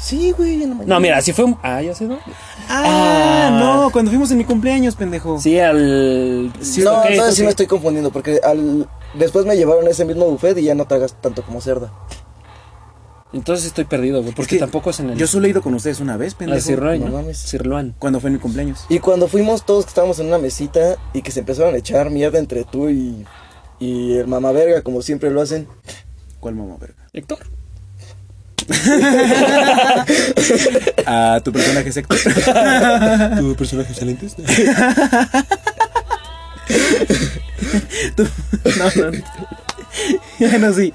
[SPEAKER 1] Sí, güey, en la mañana.
[SPEAKER 2] No, mira, si fue un. Ah, ya sé dónde.
[SPEAKER 3] Ah,
[SPEAKER 2] Ah.
[SPEAKER 3] no, cuando fuimos en mi cumpleaños, pendejo.
[SPEAKER 2] Sí, al. sí,
[SPEAKER 1] no,
[SPEAKER 2] ok,
[SPEAKER 1] entonces sí
[SPEAKER 2] ok.
[SPEAKER 1] me estoy confundiendo porque al después me llevaron a ese mismo buffet y ya no tragas tanto como cerda.
[SPEAKER 2] Entonces estoy perdido, güey. Porque
[SPEAKER 3] que
[SPEAKER 2] tampoco es en el.
[SPEAKER 3] Yo solo he ido con ustedes una vez,
[SPEAKER 2] al
[SPEAKER 3] pendejo.
[SPEAKER 2] Sirloin,
[SPEAKER 1] no
[SPEAKER 2] ¿no?
[SPEAKER 1] mames.
[SPEAKER 2] Sirloin.
[SPEAKER 3] Cuando fue mi cumpleaños.
[SPEAKER 1] Y cuando fuimos todos que estábamos en una mesita y que se empezaron a echar mierda entre tú y, y el mamá verga, como siempre lo hacen.
[SPEAKER 3] ¿Cuál mamá verga?
[SPEAKER 2] Héctor.
[SPEAKER 3] Ah, tu personaje es Héctor.
[SPEAKER 2] ¿Tu personaje excelente?
[SPEAKER 3] Tu- No, no. Bueno, sí.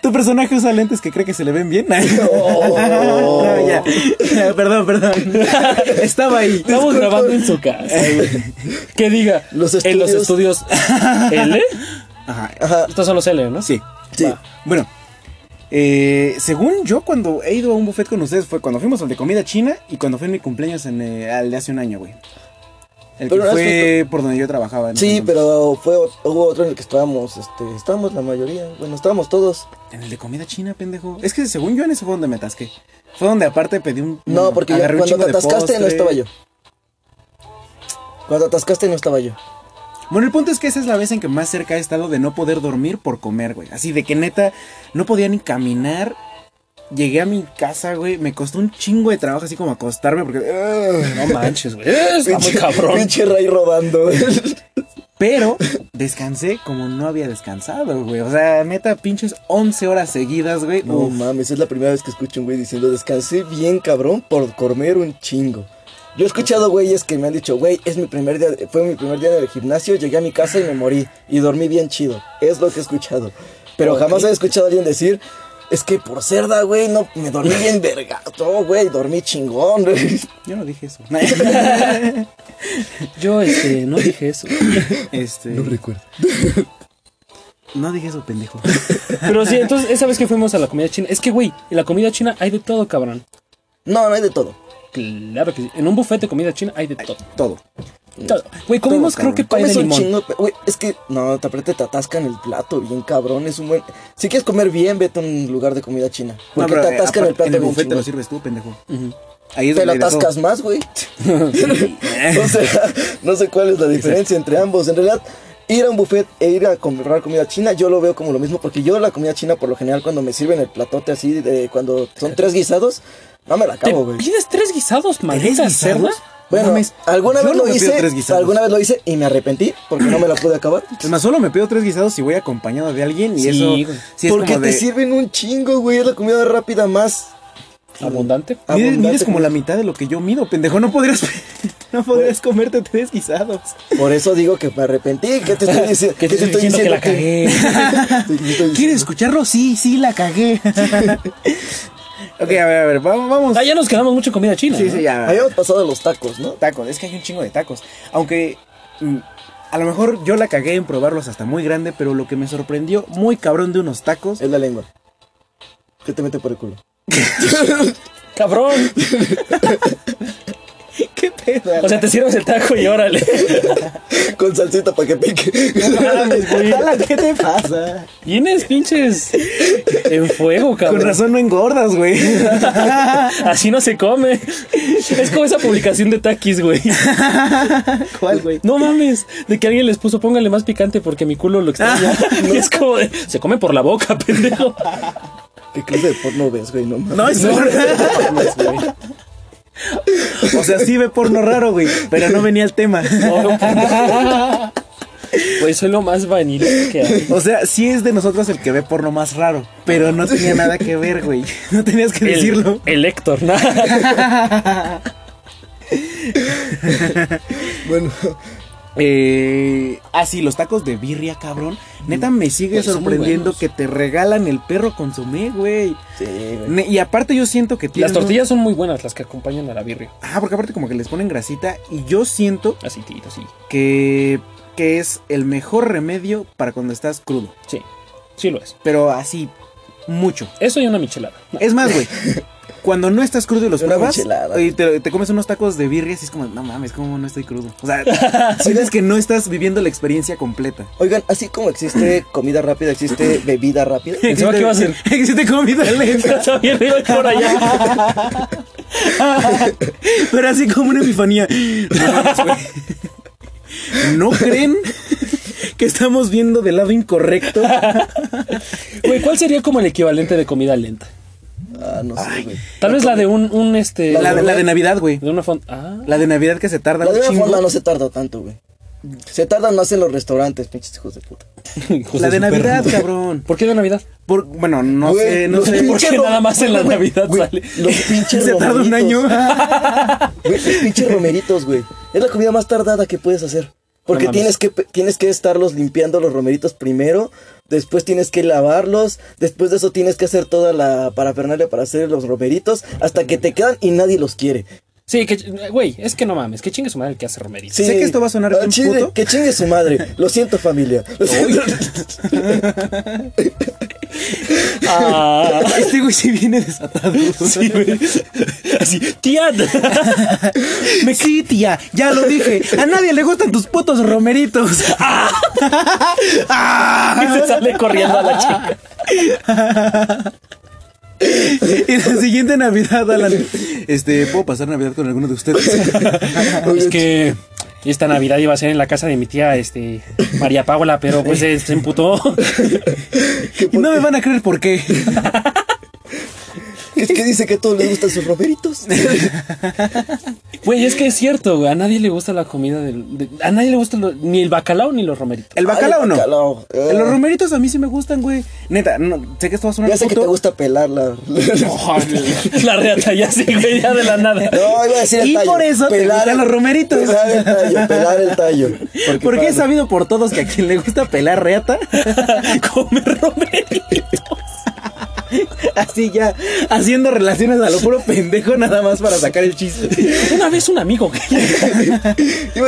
[SPEAKER 3] tu personaje usa lentes que cree que se le ven bien.
[SPEAKER 2] Oh.
[SPEAKER 3] No, ya. Ya, Perdón, perdón. Estaba ahí.
[SPEAKER 2] Estamos grabando en su casa. güey. que diga.
[SPEAKER 1] Los
[SPEAKER 2] En los estudios. ¿L?
[SPEAKER 3] Ajá.
[SPEAKER 1] Ajá,
[SPEAKER 2] Estos son los L, ¿no?
[SPEAKER 3] Sí.
[SPEAKER 1] sí.
[SPEAKER 2] Va.
[SPEAKER 3] Bueno, eh, según yo, cuando he ido a un buffet con ustedes fue cuando fuimos al de comida china y cuando fue en mi cumpleaños en, eh, al de hace un año, güey. El
[SPEAKER 1] Pero no
[SPEAKER 3] que
[SPEAKER 1] has
[SPEAKER 3] fue por donde yo trabajaba. en ese
[SPEAKER 1] Sí,
[SPEAKER 3] entonces.
[SPEAKER 1] pero fue, ot- hubo otro en el que estábamos, este, estábamos la mayoría, bueno, estábamos todos.
[SPEAKER 3] En el de comida china, pendejo. Es que según yo, en ese fue donde me atasqué. Fue donde aparte pedí un.
[SPEAKER 1] No, porque ya
[SPEAKER 3] Mm, agarré un
[SPEAKER 1] cuando
[SPEAKER 3] chingo
[SPEAKER 1] te
[SPEAKER 3] de
[SPEAKER 1] atascaste no
[SPEAKER 3] postre.
[SPEAKER 1] estaba yo. Cuando atascaste no estaba yo.
[SPEAKER 3] Ah, Bueno, el punto es que esa es la vez en que más cerca he estado de no poder dormir por comer, güey. Así de que neta, no podía ni caminar. Llegué a mi casa, güey. Me costó un chingo de trabajo así como acostarme porque... "Ugh".
[SPEAKER 2] No manches, güey. Eh, Está muy cabrón.
[SPEAKER 1] Pinche Ray rodando.
[SPEAKER 3] Pero descansé como no había descansado, güey. O sea, neta, pinches 11 horas seguidas, güey.
[SPEAKER 1] No
[SPEAKER 3] Uf.
[SPEAKER 1] mames, es la primera vez que escucho un güey diciendo descansé bien cabrón por comer un chingo. Yo he escuchado güeyes que me han dicho, güey, es mi primer día, fue mi primer día en el gimnasio, llegué a mi casa y me morí y dormí bien chido. Es lo que he escuchado. Pero jamás he escuchado a alguien decir, es que por cerda, güey, no, me dormí bien verga. No, güey, dormí chingón.
[SPEAKER 3] Yo no dije eso.
[SPEAKER 2] Yo, este, no dije eso.
[SPEAKER 3] este...
[SPEAKER 1] recuerdo.
[SPEAKER 3] No dije eso, pendejo.
[SPEAKER 2] Pero sí, entonces, esa vez que fuimos a la comida china. Es que, güey, en la comida china hay de todo, cabrón.
[SPEAKER 1] No, no hay de todo.
[SPEAKER 2] Claro que sí. En un buffet de comida china hay de todo.
[SPEAKER 3] Todo.
[SPEAKER 2] Todo. Güey, comimos,
[SPEAKER 3] Todo,
[SPEAKER 2] creo
[SPEAKER 3] cabrón.
[SPEAKER 2] que pay de
[SPEAKER 1] Comes un
[SPEAKER 2] limón.
[SPEAKER 1] chingo, güey, es que, no, te aparte te atascan el plato bien cabrón, es un buen... Si quieres comer bien, vete a un lugar de comida china. Porque
[SPEAKER 3] No, pero,
[SPEAKER 1] te atascan
[SPEAKER 3] eh,
[SPEAKER 1] el plato
[SPEAKER 3] En el
[SPEAKER 1] bien
[SPEAKER 3] buffet te
[SPEAKER 1] chingón.
[SPEAKER 3] lo sirves tú, pendejo. Ahí es
[SPEAKER 1] te lo
[SPEAKER 3] donde hay de todo.
[SPEAKER 1] atascas más, güey. o sea, no sé cuál es la diferencia entre ambos. En realidad, ir a un buffet e ir a comprar comida china, yo lo veo como lo mismo, porque yo la comida china, por lo general, cuando me sirven el platote así, de, cuando son tres guisados, no me la
[SPEAKER 2] ¿Te
[SPEAKER 1] acabo, güey.
[SPEAKER 2] pides tres guisados,
[SPEAKER 3] ¿Tres
[SPEAKER 2] maldita cerda?
[SPEAKER 3] guisados?
[SPEAKER 1] Bueno,
[SPEAKER 3] No mames,
[SPEAKER 1] alguna
[SPEAKER 3] yo
[SPEAKER 1] vez
[SPEAKER 3] no
[SPEAKER 1] lo
[SPEAKER 3] me pido
[SPEAKER 1] hice,
[SPEAKER 3] tres guisados.
[SPEAKER 1] alguna vez lo hice y me arrepentí porque no me la pude acabar.
[SPEAKER 3] Es más, solo me pido tres guisados si voy acompañado de alguien y
[SPEAKER 2] Sí,
[SPEAKER 3] eso.
[SPEAKER 2] güey.
[SPEAKER 3] sí es
[SPEAKER 1] porque
[SPEAKER 3] como
[SPEAKER 1] te
[SPEAKER 3] de-
[SPEAKER 1] sirven un chingo, güey, es la comida rápida más.
[SPEAKER 2] Abundante.
[SPEAKER 3] Mides, mides
[SPEAKER 1] abundante,
[SPEAKER 3] como
[SPEAKER 1] güey.
[SPEAKER 3] la mitad de lo que yo mido, pendejo. No podrías, no podrías comerte tres guisados.
[SPEAKER 1] Por eso digo que me arrepentí. ¿Qué te estoy diciendo?
[SPEAKER 2] Que te estoy diciendo que la cagué.
[SPEAKER 3] ¿Quieres escucharlo? Sí, sí, la cagué. ok, a ver, a ver, vamos. vamos.
[SPEAKER 2] Ah, ya nos quedamos mucho en comida china.
[SPEAKER 3] Sí,
[SPEAKER 2] ¿no?
[SPEAKER 3] sí, ya.
[SPEAKER 1] Habíamos pasado de los tacos, ¿no?
[SPEAKER 3] Tacos, es que hay un chingo de tacos. Aunque mm, a lo mejor yo la cagué en probarlos hasta muy grande, pero lo que me sorprendió muy cabrón de unos tacos
[SPEAKER 1] Es la lengua. ¿Qué te mete por el culo?
[SPEAKER 2] Cabrón.
[SPEAKER 3] ¿Qué pedo?
[SPEAKER 2] O sea, te sirves el taco y órale.
[SPEAKER 1] Con salsita para que pique.
[SPEAKER 2] Mames, güey.
[SPEAKER 3] Ala, ¿Qué te pasa?
[SPEAKER 2] Vienes pinches en fuego,
[SPEAKER 3] Con
[SPEAKER 2] cabrón.
[SPEAKER 3] razón no engordas, güey.
[SPEAKER 2] Así no se come. Es como esa publicación de taquis, güey.
[SPEAKER 3] ¿Cuál, güey?
[SPEAKER 2] No mames, de que alguien les puso póngale más picante porque mi culo lo extraña. Y es como de, se come por la boca, pendejo.
[SPEAKER 1] ¿Qué clase de porno ves, güey? No, mames.
[SPEAKER 3] No, es O sea, sí ve porno raro, güey, pero no venía el tema.
[SPEAKER 2] Güey, soy lo más vanilla que hay.
[SPEAKER 3] O sea, sí es de nosotros el que ve porno más raro, pero no tenía nada que ver, güey. No tenías que decirlo.
[SPEAKER 2] El, el Héctor, ¿no?
[SPEAKER 1] Bueno,
[SPEAKER 3] Eh, ah, sí, los tacos de birria, cabrón. Neta, me sigue
[SPEAKER 1] Güey, son muy
[SPEAKER 3] sorprendiendo
[SPEAKER 1] buenos.
[SPEAKER 3] que te regalan el perro consumé, güey.
[SPEAKER 1] sí, güey.
[SPEAKER 3] Ne- Y aparte yo siento que tienen...
[SPEAKER 2] Las tortillas son muy buenas, las que acompañan a la birria.
[SPEAKER 3] Ah, porque aparte como que les ponen grasita y yo siento
[SPEAKER 2] Así, tito, sí.
[SPEAKER 3] que, que es el mejor remedio para cuando estás crudo.
[SPEAKER 2] Sí, sí lo es.
[SPEAKER 3] Pero así, mucho.
[SPEAKER 2] Eso y una michelada.
[SPEAKER 3] Es más, güey. Cuando no estás crudo y los
[SPEAKER 1] Una
[SPEAKER 3] pruebas
[SPEAKER 1] michelada.
[SPEAKER 3] y te, te comes unos tacos de birria, y es como, no mames, como no estoy crudo. O sea, sientes que no estás viviendo la experiencia completa.
[SPEAKER 1] Oigan, así como existe comida rápida, existe bebida rápida.
[SPEAKER 2] Pensaba que iba a ser-
[SPEAKER 3] Existe comida lenta,
[SPEAKER 2] También iba por allá.
[SPEAKER 3] pero así como una epifanía. No, mames, güey. ¿No creen que estamos viendo del lado incorrecto?
[SPEAKER 2] Güey, ¿cuál sería como el equivalente de comida lenta?
[SPEAKER 1] Ah, no sé, güey.
[SPEAKER 2] Tal vez la de un, un este.
[SPEAKER 3] La, la de Navidad, güey.
[SPEAKER 2] de una font. Ah.
[SPEAKER 3] La de Navidad que se tarda
[SPEAKER 1] La
[SPEAKER 3] un
[SPEAKER 1] de una
[SPEAKER 3] chingo.
[SPEAKER 1] fonda no se tarda tanto, güey. Se tardan más en los restaurantes, pinches hijos de puta.
[SPEAKER 2] hijos
[SPEAKER 3] La de
[SPEAKER 2] su
[SPEAKER 3] Navidad,
[SPEAKER 2] perra.
[SPEAKER 3] cabrón.
[SPEAKER 2] ¿Por qué de Navidad?
[SPEAKER 3] Por- bueno, no
[SPEAKER 1] Güey,
[SPEAKER 3] sé, no
[SPEAKER 1] los
[SPEAKER 3] sé.
[SPEAKER 2] por
[SPEAKER 1] pinches
[SPEAKER 2] qué
[SPEAKER 1] rom-
[SPEAKER 2] nada más en la
[SPEAKER 1] güey,
[SPEAKER 2] Navidad
[SPEAKER 1] güey,
[SPEAKER 2] sale.
[SPEAKER 1] Los pinches
[SPEAKER 3] Se tarda un año.
[SPEAKER 1] romeritos, Güey, los pinches romeritos, güey. Es la comida más tardada que puedes hacer. Porque
[SPEAKER 2] No mames.
[SPEAKER 1] tienes que pe- tienes que estarlos limpiando los romeritos primero, después tienes que lavarlos, después de eso tienes que hacer toda la parafernalia para hacer los romeritos hasta que te quedan y nadie los quiere.
[SPEAKER 2] Sí, que. Güey, es que no mames. Que chingue su madre el que hace romerito.
[SPEAKER 1] Sí.
[SPEAKER 3] Sé que esto va a sonar
[SPEAKER 1] Ah,
[SPEAKER 3] bien
[SPEAKER 1] chingue-
[SPEAKER 3] puto.
[SPEAKER 1] Que chingue su madre. Lo siento, familia. Lo siento.
[SPEAKER 2] Ah.
[SPEAKER 3] Este güey sí viene desatado.
[SPEAKER 2] Sí, güey. Así, tía.
[SPEAKER 3] Me sí, tía, ya lo dije. A nadie le gustan tus putos romeritos.
[SPEAKER 2] Y se sale corriendo a la chica.
[SPEAKER 3] Y la siguiente Navidad, Alan. Este, ¿puedo pasar Navidad con alguno de ustedes?
[SPEAKER 2] Es que esta Navidad iba a ser en la casa de mi tía, este, María Paula, pero pues se, se emputó.
[SPEAKER 1] Que
[SPEAKER 3] Y
[SPEAKER 1] por-
[SPEAKER 3] no me van a creer por qué.
[SPEAKER 1] Es que dice que a todos les gustan sus romeritos.
[SPEAKER 2] Güey, es que es cierto, güey. A nadie le gusta la comida del. de- a nadie le gusta lo- ni el bacalao ni los romeritos.
[SPEAKER 3] ¿El bacalao
[SPEAKER 1] Ay,
[SPEAKER 3] no?
[SPEAKER 1] bacalao. Ah.
[SPEAKER 3] Los romeritos a mí sí me gustan, güey. Neta, no, sé que esto va a sonar
[SPEAKER 1] Ya sé que
[SPEAKER 3] puto.
[SPEAKER 1] te gusta pelarla.
[SPEAKER 2] La reata Ah, ya sí, güey, ya de la nada.
[SPEAKER 1] No, iba a decir el
[SPEAKER 3] Y
[SPEAKER 1] tallo.
[SPEAKER 3] por eso te gustan los romeritos.
[SPEAKER 1] Pelar el tallo, pelar el tallo.
[SPEAKER 3] Porque,
[SPEAKER 1] para-
[SPEAKER 3] he sabido por todos que a quien le gusta pelar reata,
[SPEAKER 2] Come romeritos.
[SPEAKER 3] así ya, haciendo relaciones a lo puro pendejo nada más para sacar el chiste.
[SPEAKER 2] Una vez un amigo.
[SPEAKER 1] Iba a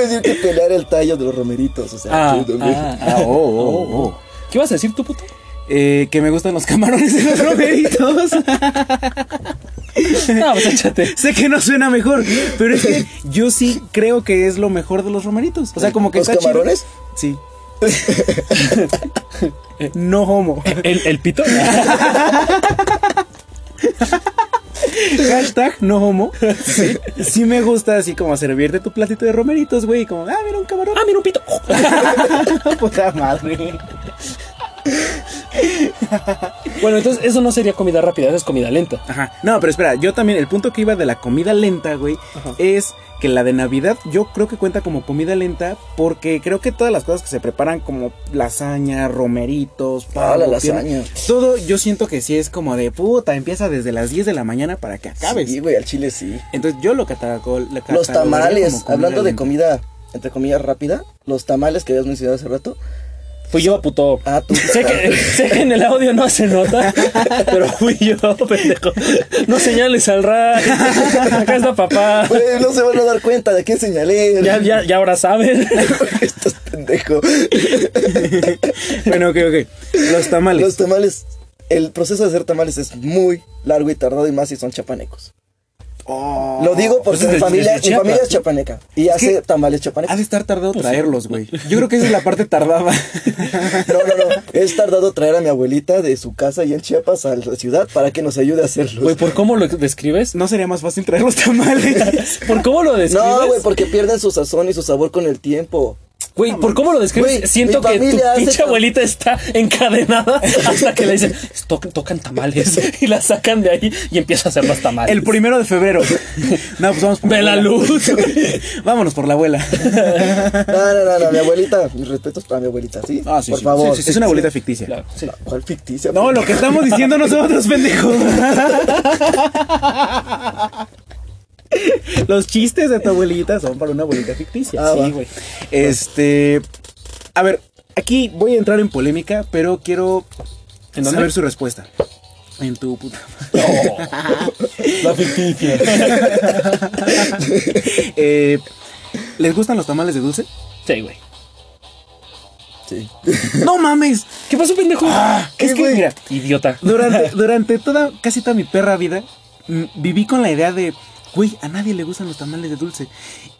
[SPEAKER 1] decir que pelar el tallo de los romeritos. O sea,
[SPEAKER 2] Ah,
[SPEAKER 1] chido, güey.
[SPEAKER 2] ah,
[SPEAKER 3] Ah, oh, oh, oh.
[SPEAKER 2] ¿Qué vas a decir tú, puto?
[SPEAKER 3] Eh, que me gustan los camarones y los romeritos.
[SPEAKER 2] No, pues échate.
[SPEAKER 3] sé que no suena mejor, pero es que yo sí creo que es lo mejor de los romeritos. O sea, como que
[SPEAKER 1] ¿Los
[SPEAKER 3] está chido.
[SPEAKER 1] camarones?
[SPEAKER 3] Sí. no homo.
[SPEAKER 2] ¿El, el pito?
[SPEAKER 3] Hashtag no homo. Sí. sí me gusta así como servirte tu platito de romeritos, güey. Como, ah, mira un camarón.
[SPEAKER 2] Ah, mira un pito.
[SPEAKER 3] Puta madre.
[SPEAKER 2] Bueno, entonces eso no sería comida rápida, eso es comida lenta.
[SPEAKER 3] Ajá. No, pero espera, yo también, el punto que iba de la comida lenta, güey,
[SPEAKER 2] Ajá.
[SPEAKER 3] es que la de Navidad yo creo que cuenta como comida lenta porque creo que todas las cosas que se preparan como lasaña, romeritos,
[SPEAKER 1] Ah, la
[SPEAKER 3] pavo, pierna,
[SPEAKER 1] lasaña.
[SPEAKER 3] todo yo siento que sí es como de puta, empieza desde las 10 de la mañana para que acabes.
[SPEAKER 1] Sí, güey, al chile sí.
[SPEAKER 3] Entonces yo lo catalogo. lo
[SPEAKER 1] Los
[SPEAKER 3] catalogaría como
[SPEAKER 1] tamales,
[SPEAKER 3] comida
[SPEAKER 1] hablando de
[SPEAKER 3] lenta.
[SPEAKER 1] comida, entre comillas, rápida. Los tamales que habías mencionado hace rato.
[SPEAKER 2] Fui yo, puto.
[SPEAKER 1] Ah, tú.
[SPEAKER 2] Sé que, sé que en el audio no se nota, pero fui yo, pendejo. No señales al ray. Acá está papá.
[SPEAKER 1] Güey, no se van a dar cuenta de quién señalé.
[SPEAKER 2] Ya, ya, ya ahora saben.
[SPEAKER 1] Estos pendejos.
[SPEAKER 3] Bueno, ok, ok. Los tamales.
[SPEAKER 1] Los tamales. El proceso de hacer tamales es muy largo y tardado y más si son chapanecos.
[SPEAKER 3] Oh.
[SPEAKER 1] Lo digo porque
[SPEAKER 2] pues es
[SPEAKER 1] mi
[SPEAKER 2] de-
[SPEAKER 1] familia,
[SPEAKER 2] desde
[SPEAKER 1] mi
[SPEAKER 2] Chiapas.
[SPEAKER 1] familia es chapaneca y hace tamales
[SPEAKER 3] Ha
[SPEAKER 1] chapanecos.
[SPEAKER 3] de estar tardado traerlos, güey. Yo creo que esa es la parte tardada.
[SPEAKER 1] No, no, no. Es tardado traer a mi abuelita de su casa y en Chiapas a la ciudad para que nos ayude a hacerlos.
[SPEAKER 2] Güey, ¿por cómo lo describes?
[SPEAKER 3] ¿No sería más fácil traer los tamales?
[SPEAKER 2] ¿Por cómo lo
[SPEAKER 3] pues,
[SPEAKER 1] no, güey,
[SPEAKER 2] describes?
[SPEAKER 1] porque pierden su sazón y su sabor con el tiempo.
[SPEAKER 2] Güey, ¿por cómo lo describes?
[SPEAKER 1] Güey,
[SPEAKER 2] Siento
[SPEAKER 1] mi
[SPEAKER 2] que tu
[SPEAKER 1] familia hace
[SPEAKER 2] pinche
[SPEAKER 1] tam-
[SPEAKER 2] abuelita está encadenada hasta que le dicen, "Toc- tocan tamales y la sacan de ahí y empieza a hacer los tamales.
[SPEAKER 3] El primero de febrero. No, pues vamos por
[SPEAKER 2] Ve la
[SPEAKER 3] abuela.
[SPEAKER 2] luz.
[SPEAKER 3] Vámonos por la abuela.
[SPEAKER 1] No, no, no, no, mi abuelita. Mis respetos para mi abuelita, ¿sí? Por favor.
[SPEAKER 3] Ah, Sí, sí, es una abuelita ficticia.
[SPEAKER 2] Claro, sí.
[SPEAKER 1] ¿Cuál ficticia?
[SPEAKER 3] No, lo que estamos diciendo nosotros, pendejos. Los chistes de tu abuelita son para una abuelita ficticia.
[SPEAKER 1] Ah, va.
[SPEAKER 2] Sí, güey.
[SPEAKER 3] Este. A ver, aquí voy a entrar en polémica, pero quiero
[SPEAKER 2] ¿En dónde?
[SPEAKER 3] saber su respuesta. En tu puta.
[SPEAKER 2] La ficticia.
[SPEAKER 3] Eh, ¿Les gustan los tamales de dulce?
[SPEAKER 2] Sí, güey.
[SPEAKER 1] Sí.
[SPEAKER 3] ¡No mames!
[SPEAKER 2] ¿Qué pasó, pendejo?
[SPEAKER 1] Ah,
[SPEAKER 3] Es que, mira,
[SPEAKER 2] Idiota.
[SPEAKER 3] Durante, durante toda, casi toda mi perra vida, mm, viví con la idea de, güey, a nadie le gustan los tamales de dulce.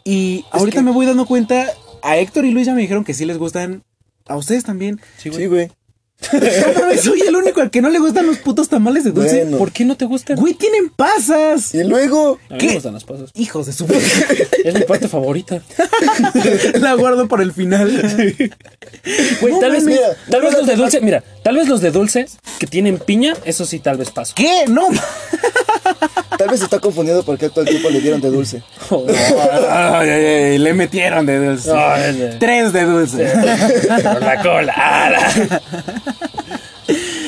[SPEAKER 3] Y ahorita
[SPEAKER 1] que-
[SPEAKER 3] me voy dando cuenta, a Héctor y Luis ya me dijeron que sí les gustan, a ustedes también.
[SPEAKER 1] Sí, güey.
[SPEAKER 3] No mames, soy el único al que no le gustan los putos tamales de dulce.
[SPEAKER 1] Bueno.
[SPEAKER 2] ¿Por qué no te gusta?
[SPEAKER 3] Güey, tienen pasas.
[SPEAKER 1] Y luego,
[SPEAKER 2] A mí me
[SPEAKER 3] ¿Qué?
[SPEAKER 2] gustan las pasas.
[SPEAKER 3] Hijos de su puta.
[SPEAKER 2] Es mi parte favorita.
[SPEAKER 3] La guardo para el final.
[SPEAKER 2] Güey,
[SPEAKER 1] No
[SPEAKER 2] tal vez,
[SPEAKER 1] mames, mira,
[SPEAKER 2] tal vez
[SPEAKER 1] mira,
[SPEAKER 2] los de dulce, mira, tal vez los de dulce que tienen piña, eso sí, tal vez paso.
[SPEAKER 3] ¿Qué? No.
[SPEAKER 1] tal vez se está confundiendo porque actual tiempo le dieron de dulce.
[SPEAKER 3] Ay, ay, ay, le metieron de dulce.
[SPEAKER 2] Ay, ay, ay.
[SPEAKER 3] Tres de dulce.
[SPEAKER 2] Por la cola. ala.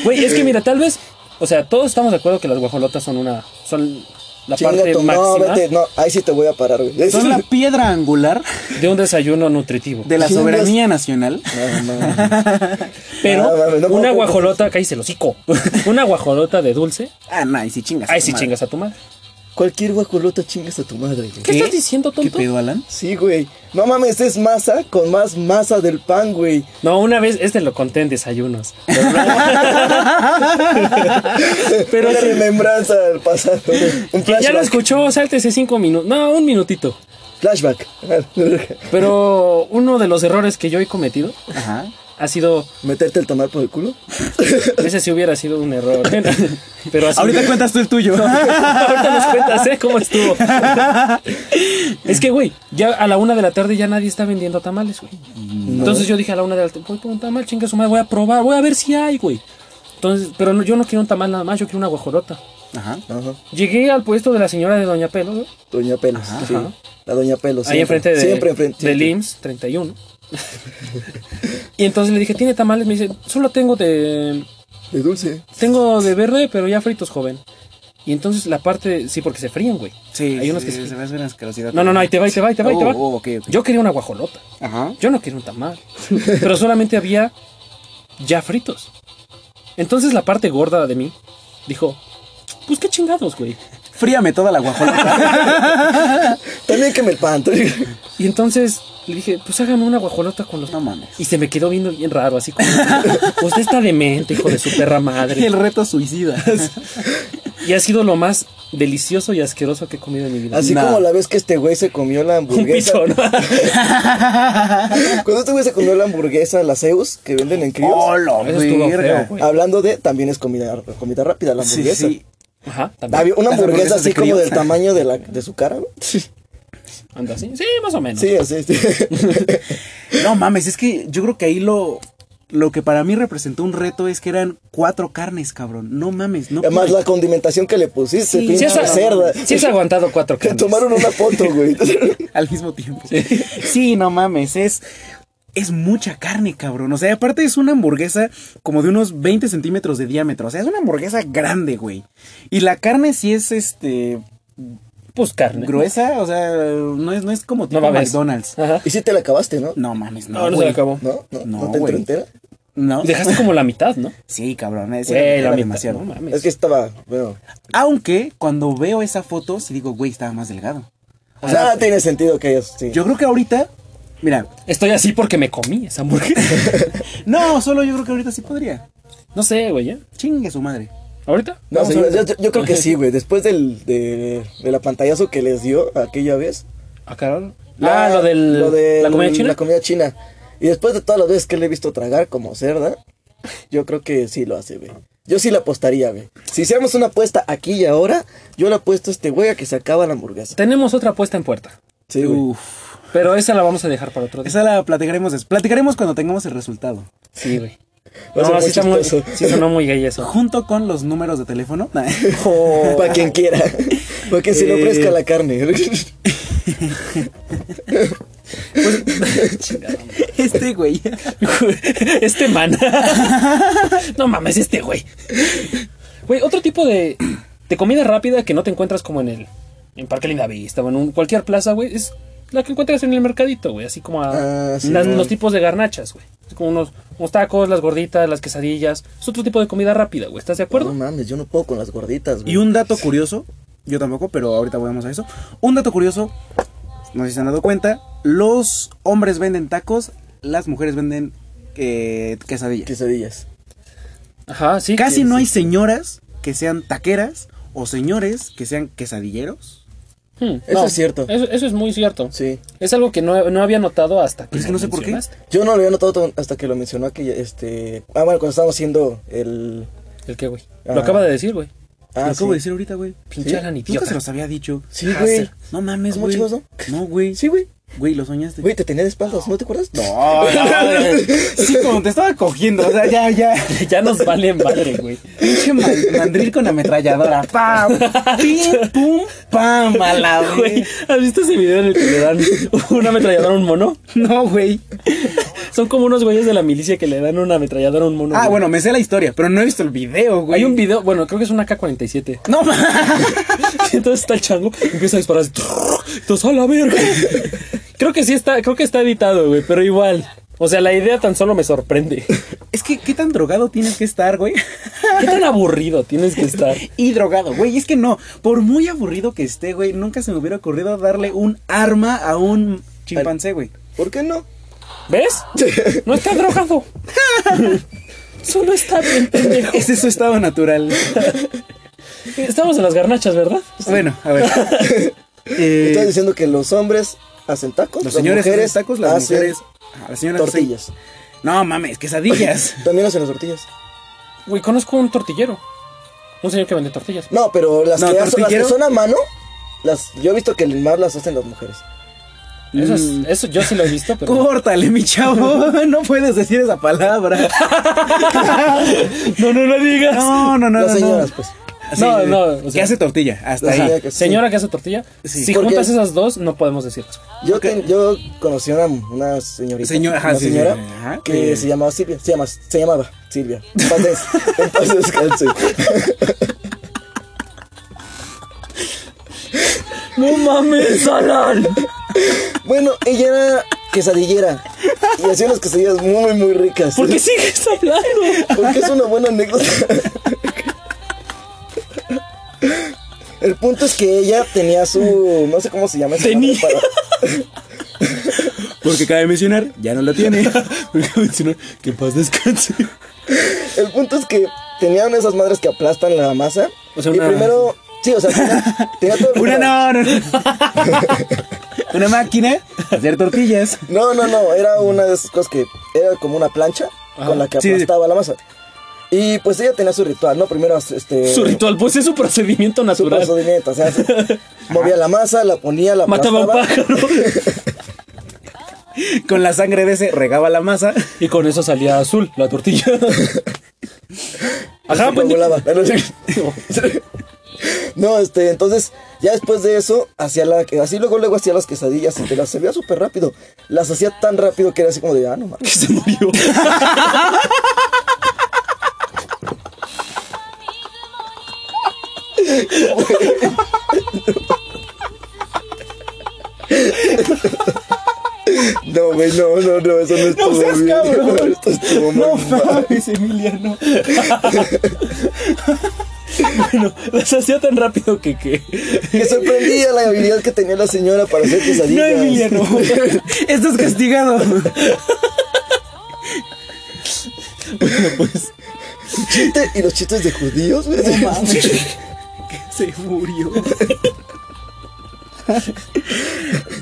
[SPEAKER 2] Güey, es que mira, tal vez, o sea, todos estamos de acuerdo que las guajolotas son una, son la
[SPEAKER 1] Chinga
[SPEAKER 2] parte
[SPEAKER 1] tu- no,
[SPEAKER 2] máxima
[SPEAKER 1] vete, no, ahí sí te voy a parar, güey. Ahí sí-
[SPEAKER 3] Son la piedra angular
[SPEAKER 2] de un desayuno nutritivo.
[SPEAKER 3] de la
[SPEAKER 1] ¿Quién
[SPEAKER 3] soberanía nacional.
[SPEAKER 1] No, no.
[SPEAKER 2] Pero
[SPEAKER 1] Ah, mames, no puedo-
[SPEAKER 2] una guajolota, cállese el hocico, una guajolota de dulce,
[SPEAKER 3] Ah, no, ahí sí chingas.
[SPEAKER 2] ahí sí
[SPEAKER 3] madre.
[SPEAKER 2] chingas a tu madre.
[SPEAKER 1] Cualquier guajolota chingas a tu madre, güey.
[SPEAKER 2] ¿Qué, estás diciendo,
[SPEAKER 3] ¿Qué
[SPEAKER 2] tonto?
[SPEAKER 3] pedo, Alan?
[SPEAKER 1] Sí, güey. No mames, es masa con más masa del pan, güey.
[SPEAKER 2] No, una vez, este lo conté en desayunos. Pero
[SPEAKER 1] Una
[SPEAKER 2] sí.
[SPEAKER 1] remembranza del pasado. güey. Un
[SPEAKER 2] Quien ya lo
[SPEAKER 1] flashback.
[SPEAKER 2] escuchó, sáltese cinco minutos. No, un minutito.
[SPEAKER 1] Flashback.
[SPEAKER 2] Pero uno de los errores que yo he cometido
[SPEAKER 3] Ajá.
[SPEAKER 2] ha sido.
[SPEAKER 1] ¿Meterte el tamal por el culo?
[SPEAKER 2] Ese sí hubiera sido un error. Pero así-
[SPEAKER 3] Ahorita cuentas tú el tuyo.
[SPEAKER 2] ahorita nos cuentas, ¿eh? ¿Cómo estuvo? es que, güey, ya a la una de la tarde ya nadie está vendiendo tamales, güey. Entonces yo dije a la una de la tarde, voy por un tamal, chinga su madre, voy a probar, voy a ver si hay, güey. Entonces, pero no- yo no quiero un tamal nada más, yo quiero una guajolota.
[SPEAKER 3] Ajá.
[SPEAKER 1] Ajá.
[SPEAKER 2] Llegué al puesto de la señora de Doña Pelo, güey,
[SPEAKER 1] Doña Pelos.
[SPEAKER 3] Ajá.
[SPEAKER 1] sí. La Doña Pelos.
[SPEAKER 2] ahí enfrente de,
[SPEAKER 1] Siempre enfrente.
[SPEAKER 2] del
[SPEAKER 1] siempre.
[SPEAKER 2] IMSS 31. y entonces le dije, ¿tiene tamales? Me dice, solo tengo de,
[SPEAKER 1] De dulce.
[SPEAKER 2] tengo de verde, pero ya fritos, joven. Y entonces la parte, sí, porque se fríen, güey.
[SPEAKER 3] Sí.
[SPEAKER 2] Hay unos
[SPEAKER 3] sí,
[SPEAKER 2] que
[SPEAKER 3] se
[SPEAKER 2] se-
[SPEAKER 3] me hace una asquerosidad.
[SPEAKER 2] No, no, no, ahí te va, ahí te va, ahí te va, ahí te va.
[SPEAKER 3] Oh, oh, ok, ok.
[SPEAKER 2] Yo quería una guajolota.
[SPEAKER 3] Ajá.
[SPEAKER 2] Yo no quería un tamal. pero solamente había ya fritos. Entonces la parte gorda de mí dijo, pues qué chingados, güey.
[SPEAKER 3] Fríame toda la guajolota.
[SPEAKER 1] También que me el pan. también.
[SPEAKER 2] Y entonces le dije, pues hágame una guajolota con los
[SPEAKER 3] No mames.
[SPEAKER 2] Y se me quedó viendo bien raro, así como, usted está demente, hijo de su perra madre.
[SPEAKER 3] El reto suicida.
[SPEAKER 2] Y ha sido lo más delicioso y asqueroso que he comido en mi vida.
[SPEAKER 1] Así
[SPEAKER 3] Nah.
[SPEAKER 1] como la vez que este güey se comió la
[SPEAKER 2] Un
[SPEAKER 1] hamburguesa.
[SPEAKER 2] piso, ¿no?
[SPEAKER 1] Cuando este güey se comió la hamburguesa, la Zeus, que venden en Críos.
[SPEAKER 3] oh, lo
[SPEAKER 2] Eso estuvo
[SPEAKER 3] verga.
[SPEAKER 2] feo, güey.
[SPEAKER 1] Hablando de, también es comida, comida rápida, la
[SPEAKER 3] Sí,
[SPEAKER 1] hamburguesa.
[SPEAKER 3] sí.
[SPEAKER 2] Ajá, también.
[SPEAKER 1] Había una
[SPEAKER 3] Las
[SPEAKER 1] hamburguesa
[SPEAKER 3] hamburguesas
[SPEAKER 1] así
[SPEAKER 3] de
[SPEAKER 1] como
[SPEAKER 3] Críos.
[SPEAKER 1] del tamaño de, la, de su cara, güey. Sí,
[SPEAKER 2] Anda así. Sí, más o menos.
[SPEAKER 1] así. sí.
[SPEAKER 3] No mames, es que yo creo que ahí lo. Lo que para mí representó un reto es que eran cuatro carnes, cabrón. No mames, no.
[SPEAKER 1] Además,
[SPEAKER 3] pude.
[SPEAKER 1] la condimentación que le pusiste,
[SPEAKER 3] Sí,
[SPEAKER 2] Si
[SPEAKER 1] pinche
[SPEAKER 2] has,
[SPEAKER 3] esa-
[SPEAKER 1] cerda.
[SPEAKER 2] si has aguantado cuatro
[SPEAKER 1] Te
[SPEAKER 2] carnes.
[SPEAKER 1] tomaron una foto, güey.
[SPEAKER 3] al mismo tiempo. Sí. no mames, es es mucha carne, cabrón. O sea, aparte es una hamburguesa como de unos 20 centímetros de diámetro. O sea, es una hamburguesa grande, güey. Y la carne sí es, este,
[SPEAKER 2] Pues carne.
[SPEAKER 3] gruesa. O sea, no es, no es como tipo
[SPEAKER 2] No va a haber.
[SPEAKER 3] McDonald's.
[SPEAKER 2] Ajá.
[SPEAKER 1] y si te la acabaste, ¿no?
[SPEAKER 3] No mames, no,
[SPEAKER 2] No, no se
[SPEAKER 3] güey.
[SPEAKER 2] la acabó.
[SPEAKER 1] ¿No? ¿No,
[SPEAKER 3] No,
[SPEAKER 1] ¿No te entró
[SPEAKER 3] güey.
[SPEAKER 1] entera?
[SPEAKER 3] No.
[SPEAKER 2] Dejaste como la mitad, ¿no?
[SPEAKER 3] Sí, cabrón. Es
[SPEAKER 2] Güey, la
[SPEAKER 3] era
[SPEAKER 2] mitad.
[SPEAKER 3] demasiado.
[SPEAKER 2] No mames.
[SPEAKER 1] Es que estaba, bueno.
[SPEAKER 3] Aunque cuando veo esa foto, sí digo, güey, estaba más delgado.
[SPEAKER 1] O sea, nada tiene sentido que ellos, sí.
[SPEAKER 3] Yo creo que ahorita, mira,
[SPEAKER 2] Estoy así porque me comí esa hamburguesa.
[SPEAKER 3] no, solo yo creo que ahorita sí podría.
[SPEAKER 2] no sé, güey, ¿eh?
[SPEAKER 3] Chingue su madre.
[SPEAKER 2] ¿Ahorita?
[SPEAKER 1] No,
[SPEAKER 2] Vamos
[SPEAKER 1] o sea,
[SPEAKER 2] ahorita.
[SPEAKER 1] yo, yo- yo creo que sí, güey. Después del, de, de la pantallazo que les dio aquella vez.
[SPEAKER 2] Ah, cabrón. Ah, lo del...
[SPEAKER 1] lo de
[SPEAKER 2] la comida china.
[SPEAKER 1] La comida china. Y después de todas las veces que le he visto tragar como cerda, yo creo que sí lo hace, güey. Yo sí la apostaría, güey. Si hiciéramos una apuesta aquí y ahora, yo le apuesto a este güey a que se acaba la hamburguesa.
[SPEAKER 2] Tenemos otra puesta en puerta.
[SPEAKER 1] Sí, güey.
[SPEAKER 3] Uf.
[SPEAKER 2] Pero esa la vamos a dejar para otro día.
[SPEAKER 3] Esa la platicaremos des- Platicaremos cuando tengamos el resultado.
[SPEAKER 2] Sí, güey.
[SPEAKER 1] Va a ser
[SPEAKER 2] No,
[SPEAKER 1] muy
[SPEAKER 2] sí, está muy,
[SPEAKER 1] chistoso.
[SPEAKER 2] sí sonó muy gay eso.
[SPEAKER 3] Junto con los números de teléfono. Nah.
[SPEAKER 1] Para quien quiera. Para que se le
[SPEAKER 3] Eh.
[SPEAKER 1] ofrezca la carne.
[SPEAKER 2] Pues,
[SPEAKER 3] este güey.
[SPEAKER 2] este man. no mames, este güey. Güey, otro tipo de, de comida rápida que no te encuentras como en el. En Parque Lindavista o en un- cualquier plaza, güey, es la que encuentras en el mercadito, güey. Así como a-
[SPEAKER 1] Ah, sí,
[SPEAKER 2] las-
[SPEAKER 1] güey.
[SPEAKER 2] los tipos de garnachas, güey. Así Como unos, unos tacos, las gorditas, las quesadillas. Es otro tipo de comida rápida, güey. ¿Estás de
[SPEAKER 1] No
[SPEAKER 3] Oh.
[SPEAKER 2] acuerdo?
[SPEAKER 1] mames, yo no puedo con las gorditas, güey.
[SPEAKER 3] Y un dato curioso. Yo tampoco, pero ahorita vamos a eso. Un dato curioso. No sé si se han dado cuenta. Los hombres venden tacos. Las mujeres venden eh, quesadillas.
[SPEAKER 1] Quesadillas.
[SPEAKER 2] Ajá, sí.
[SPEAKER 3] Casi
[SPEAKER 2] sí,
[SPEAKER 3] no
[SPEAKER 2] sí.
[SPEAKER 3] hay señoras que sean taqueras o señores que sean quesadilleros.
[SPEAKER 2] Hmm,
[SPEAKER 1] Eso es cierto.
[SPEAKER 2] Eso, eso es muy cierto.
[SPEAKER 1] Sí.
[SPEAKER 2] Es algo que no, no había notado hasta que.
[SPEAKER 3] Pero es que
[SPEAKER 2] lo
[SPEAKER 3] no sé por qué.
[SPEAKER 2] mencionaste.
[SPEAKER 1] Yo no lo había notado tan- hasta que lo mencionó aquella, este... Ah, bueno, cuando estábamos haciendo el...
[SPEAKER 2] ¿El qué, güey?
[SPEAKER 1] Ah.
[SPEAKER 2] Lo acaba de decir, güey.
[SPEAKER 1] Ah,
[SPEAKER 3] lo
[SPEAKER 1] sí.
[SPEAKER 3] acabo de decir ahorita, güey.
[SPEAKER 2] Pinche
[SPEAKER 1] ¿Sí?
[SPEAKER 2] Alan
[SPEAKER 3] Nunca
[SPEAKER 2] idiota.
[SPEAKER 3] se los había dicho.
[SPEAKER 1] Sí, güey.
[SPEAKER 3] No mames,
[SPEAKER 1] ¿Cómo
[SPEAKER 3] güey.
[SPEAKER 1] chicos, no?
[SPEAKER 3] No, güey.
[SPEAKER 1] Sí, güey.
[SPEAKER 3] Güey, lo soñaste.
[SPEAKER 1] Güey, te tenía de espaldas, ¿no te acuerdas?
[SPEAKER 3] No, no, güey. Sí, como te estaba cogiendo. O sea, ya, ya.
[SPEAKER 2] ya nos vale madre, güey.
[SPEAKER 3] Pinche man- mandril con ametralladora. Pam. Pim, pum, pam. A la
[SPEAKER 2] Güey,
[SPEAKER 3] güey.
[SPEAKER 2] ¿has visto ese video en el que le dan una ametralladora a un mono?
[SPEAKER 3] No, güey.
[SPEAKER 2] Son como unos güeyes de la milicia que le dan una ametralladora a un mono.
[SPEAKER 3] Ah,
[SPEAKER 2] güey.
[SPEAKER 3] bueno, me sé la historia, pero no he visto el video, güey.
[SPEAKER 2] Hay un video, bueno, creo que es una K-47.
[SPEAKER 3] No, ma-
[SPEAKER 2] Y Entonces está el chango, empieza a disparar. así, Entonces, a la verga. Creo que sí está, creo que está editado, güey, pero igual. O sea, la idea tan solo me sorprende.
[SPEAKER 3] Es que, ¿qué tan drogado tienes que estar, güey?
[SPEAKER 2] ¿Qué tan aburrido tienes que estar?
[SPEAKER 3] Y drogado, güey. Es que no, por muy aburrido que esté, güey, nunca se me hubiera ocurrido darle un arma a un chimpancé, güey.
[SPEAKER 1] ¿Por qué no?
[SPEAKER 2] ¿Ves? No está drogado. Solo está bien pendejo.
[SPEAKER 3] Ese es su estado natural.
[SPEAKER 2] Estamos en las garnachas, ¿verdad?
[SPEAKER 3] Bueno, a ver. Eh,
[SPEAKER 1] Estás diciendo que los hombres hacen tacos,
[SPEAKER 3] los
[SPEAKER 1] las
[SPEAKER 3] señores
[SPEAKER 1] mujeres
[SPEAKER 3] hacen tacos, las
[SPEAKER 1] hacen
[SPEAKER 3] mujeres. Ah, las señoras hacen-
[SPEAKER 1] tortillas.
[SPEAKER 3] No mames, quesadillas.
[SPEAKER 1] También hacen las tortillas.
[SPEAKER 2] Güey, conozco un tortillero. Un señor que vende tortillas.
[SPEAKER 1] No, pero las,
[SPEAKER 3] No,
[SPEAKER 1] que, hacen, las que
[SPEAKER 3] tortillero.
[SPEAKER 1] son a mano, las, yo he visto que más las hacen las mujeres.
[SPEAKER 2] Eso, es- eso yo sí lo he visto, pero.
[SPEAKER 3] Córtale, mi chavo. No puedes decir esa palabra.
[SPEAKER 2] No, no lo digas.
[SPEAKER 3] No, no, no.
[SPEAKER 1] las
[SPEAKER 3] no,
[SPEAKER 1] señoras,
[SPEAKER 3] no.
[SPEAKER 1] pues.
[SPEAKER 3] Sí,
[SPEAKER 2] No,
[SPEAKER 3] sí.
[SPEAKER 2] no, o
[SPEAKER 3] que
[SPEAKER 2] sea-
[SPEAKER 3] hace tortilla. Hasta
[SPEAKER 1] O
[SPEAKER 3] ahí.
[SPEAKER 1] sea,
[SPEAKER 2] Sí, Señora que hace tortilla.
[SPEAKER 3] Sí.
[SPEAKER 2] si
[SPEAKER 1] Porque-
[SPEAKER 2] juntas esas dos, no podemos decirlas.
[SPEAKER 1] Yo, ten- yo conocí una, una señorita.
[SPEAKER 3] Señora, ajá,
[SPEAKER 1] una
[SPEAKER 3] sí, sí,
[SPEAKER 1] señora
[SPEAKER 3] sí, ajá.
[SPEAKER 1] que
[SPEAKER 3] Eh.
[SPEAKER 1] se llamaba Silvia. Se, llama, se llamaba Silvia. Entonces, entonces descanse.
[SPEAKER 2] ¡No mames, Alan!
[SPEAKER 1] Bueno, ella era quesadillera. Y hacía unas quesadillas muy, muy ricas.
[SPEAKER 2] ¿Por qué sigues hablando?
[SPEAKER 1] Porque es una buena anécdota. El punto es que ella tenía su. No sé cómo se llama ese
[SPEAKER 2] Tenía.
[SPEAKER 1] nombre para-
[SPEAKER 3] Porque cabe mencionar, ya no lo tiene. Porque cabe mencionar, que en paz descanse.
[SPEAKER 1] El punto es que tenían esas madres que aplastan la masa.
[SPEAKER 2] O sea,
[SPEAKER 1] y
[SPEAKER 2] una-
[SPEAKER 1] primero, sí, o sea, tenía, tenía todo el-
[SPEAKER 3] Una no, no, no. Una máquina de hacer tortillas.
[SPEAKER 1] No, no, no, era una de esas cosas que era como una plancha con la que
[SPEAKER 3] sí, sí.
[SPEAKER 1] aplastaba la masa. Y pues ella tenía su ritual, ¿no? Primero, este.
[SPEAKER 2] Su ritual, pues es su procedimiento
[SPEAKER 1] su
[SPEAKER 2] natural.
[SPEAKER 1] procedimiento, o sea, se- movía la masa, la ponía, la
[SPEAKER 2] Mataba a un
[SPEAKER 1] aplastaba.
[SPEAKER 2] pájaro
[SPEAKER 3] Con la sangre de ese regaba la masa.
[SPEAKER 2] y con eso salía azul la tortilla. Ajá,
[SPEAKER 1] y lo
[SPEAKER 2] pues.
[SPEAKER 1] volaba. No, este, entonces, ya después de eso, hacía la, así luego, luego hacía las quesadillas y te las servía súper rápido. Las hacía tan rápido que era así como de, ah, no mames.
[SPEAKER 2] Que se murió.
[SPEAKER 1] No, güey, no, no, no, eso no estuvo
[SPEAKER 3] seas
[SPEAKER 1] bien.
[SPEAKER 3] cabrón.
[SPEAKER 1] Esto estuvo muy mal.
[SPEAKER 3] mames, Emiliano.
[SPEAKER 2] Bueno, las hacía tan rápido que. que...
[SPEAKER 1] Que sorprendía la habilidad que tenía la señora para hacer
[SPEAKER 3] No,
[SPEAKER 1] quesadillas.
[SPEAKER 3] Emiliano. Esto es castigado.
[SPEAKER 1] Chiste- y los chistes de judíos, güey.
[SPEAKER 3] Se murió.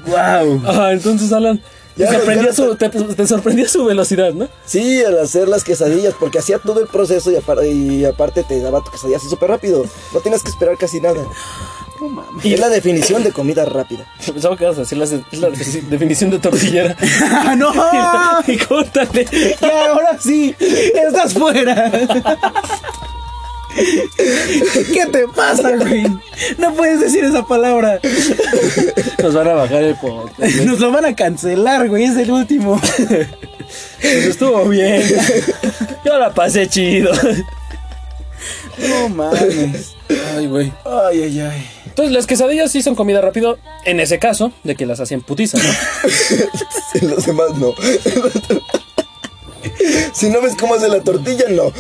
[SPEAKER 3] wow.
[SPEAKER 2] Ajá, Ah, entonces, Alan. Te
[SPEAKER 1] Ya,
[SPEAKER 2] sorprendía,
[SPEAKER 1] ya no-
[SPEAKER 2] su, te, te sorprendía su velocidad, ¿no?
[SPEAKER 1] Sí, al hacer las quesadillas, porque hacía todo el proceso y, apar- y aparte te daba tu quesadilla así súper rápido. No tenías que esperar casi nada.
[SPEAKER 2] Y-
[SPEAKER 1] Es la definición de comida rápida.
[SPEAKER 2] Pensaba que ibas a decir la, la definición de tortillera.
[SPEAKER 3] no.
[SPEAKER 1] Ah.
[SPEAKER 2] y córtale.
[SPEAKER 3] Ya, ahora sí. Estás fuera. ¿Qué te pasa, güey? No puedes decir esa palabra.
[SPEAKER 2] Nos van a bajar el podcast.
[SPEAKER 3] Nos lo van a cancelar, güey. Es el último.
[SPEAKER 2] Pues estuvo bien. Yo la pasé chido.
[SPEAKER 3] No mames.
[SPEAKER 2] Ay, güey.
[SPEAKER 3] Ay, ay, ay.
[SPEAKER 2] Entonces, las quesadillas sí son comida rápido. En ese caso, de que las hacían putizas, ¿no?
[SPEAKER 1] En los demás no. Si no ves cómo hace la tortilla, no.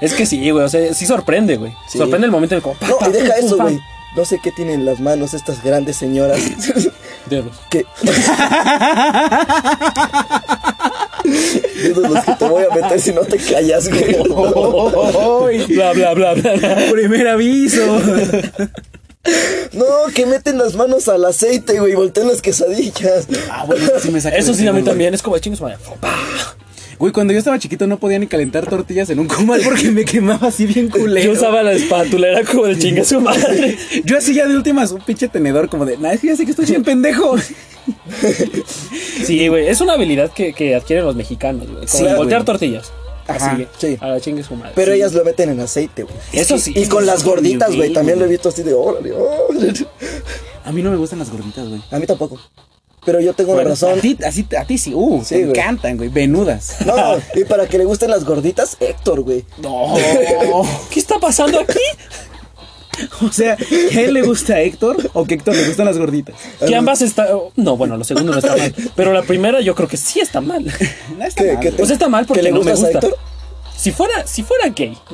[SPEAKER 2] Es que sí, güey. O sea, sí sorprende, güey.
[SPEAKER 1] Sí.
[SPEAKER 2] Sorprende el momento de como. pa, pa,
[SPEAKER 1] No, y deja
[SPEAKER 2] pum, pum,
[SPEAKER 1] eso,
[SPEAKER 2] pam.
[SPEAKER 1] güey. No sé qué tienen en las manos estas grandes señoras.
[SPEAKER 2] Dedos.
[SPEAKER 1] que Dedos los que te voy a meter si no te callas, güey.
[SPEAKER 3] Oh, oh, oh, oh.
[SPEAKER 2] Bla, bla, bla, bla.
[SPEAKER 3] Primer aviso.
[SPEAKER 1] No, que meten las manos al aceite, güey, voltean las quesadillas.
[SPEAKER 3] Ah, bueno, eso sí me saca
[SPEAKER 2] Eso
[SPEAKER 3] de
[SPEAKER 2] sí, a mí
[SPEAKER 3] pedo, güey.
[SPEAKER 2] también. Es como chingos, madre.
[SPEAKER 3] Güey, cuando yo estaba chiquito no podía ni calentar tortillas en un comal porque me quemaba así bien culero.
[SPEAKER 2] Yo usaba la espátula, era como de chinga su madre.
[SPEAKER 3] Yo así ya de últimas un pinche tenedor como de, nah, es que ya sé que estoy bien pendejo.
[SPEAKER 2] Sí, güey, es una habilidad que, que adquieren los mexicanos, güey. Como
[SPEAKER 1] Sí,
[SPEAKER 2] de voltear
[SPEAKER 3] güey.
[SPEAKER 2] tortillas.
[SPEAKER 3] Ajá,
[SPEAKER 2] Así,
[SPEAKER 1] sí.
[SPEAKER 2] a la chingue su madre.
[SPEAKER 1] Pero
[SPEAKER 2] Sí.
[SPEAKER 1] ellas lo meten en aceite, güey.
[SPEAKER 2] Eso sí,
[SPEAKER 1] Y
[SPEAKER 2] eso
[SPEAKER 1] con
[SPEAKER 2] sí
[SPEAKER 1] las
[SPEAKER 2] es muy
[SPEAKER 1] gorditas, güey,
[SPEAKER 2] bien,
[SPEAKER 1] también lo he
[SPEAKER 2] güey.
[SPEAKER 1] visto así de, órale, órale.
[SPEAKER 3] A mí no me gustan las gorditas, güey.
[SPEAKER 1] A mí tampoco. Pero yo tengo una
[SPEAKER 3] Bueno,
[SPEAKER 1] razón.
[SPEAKER 3] A ti, así, a ti sí, uh,
[SPEAKER 1] Sí,
[SPEAKER 3] te
[SPEAKER 1] güey.
[SPEAKER 3] encantan, güey, venudas.
[SPEAKER 1] No, y para que le gusten las gorditas, Héctor, güey.
[SPEAKER 3] No.
[SPEAKER 2] ¿Qué está pasando aquí?
[SPEAKER 3] o sea, ¿qué le gusta a Héctor o que a Héctor le gustan las gorditas?
[SPEAKER 2] Que ambas está. No, bueno, lo segundo no está mal. Pero la primera yo creo que sí está mal.
[SPEAKER 3] No está
[SPEAKER 1] ¿Qué-
[SPEAKER 3] mal,
[SPEAKER 1] qué
[SPEAKER 3] güey.
[SPEAKER 2] Pues está mal porque
[SPEAKER 1] ¿Que le
[SPEAKER 2] no me
[SPEAKER 1] gustas a
[SPEAKER 2] gusta.
[SPEAKER 1] Héctor?
[SPEAKER 2] Si fuera, si fuera gay.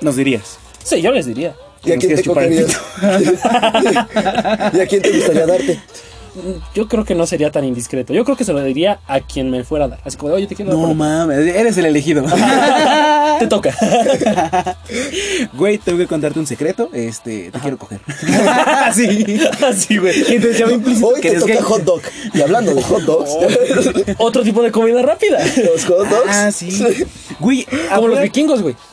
[SPEAKER 3] Nos dirías.
[SPEAKER 2] Sí, yo les diría.
[SPEAKER 1] ¿Y a
[SPEAKER 3] Nos
[SPEAKER 1] quién
[SPEAKER 3] quieres
[SPEAKER 1] te
[SPEAKER 3] chupar el
[SPEAKER 1] comerías? ¿Y a quién te gustaría darte?
[SPEAKER 2] Yo creo que no sería tan indiscreto. Yo creo que se lo diría a quien me fuera a dar. Así como, oye, te quiero dar
[SPEAKER 3] No
[SPEAKER 2] por-
[SPEAKER 3] mames, eres el elegido.
[SPEAKER 2] Te toca.
[SPEAKER 3] Güey, tengo que contarte un secreto. Este, te quiero coger. sí.
[SPEAKER 2] Así, güey.
[SPEAKER 3] Entonces ya va implícito
[SPEAKER 1] Hoy
[SPEAKER 3] que
[SPEAKER 1] te
[SPEAKER 3] eres
[SPEAKER 1] toca
[SPEAKER 3] gay.
[SPEAKER 1] hot dog. Y hablando de hot dogs,
[SPEAKER 2] Oh. Otro tipo de comida rápida.
[SPEAKER 1] los hot dogs.
[SPEAKER 3] Ah, sí. Güey,
[SPEAKER 2] Como los
[SPEAKER 3] afuera-
[SPEAKER 2] vikingos, güey.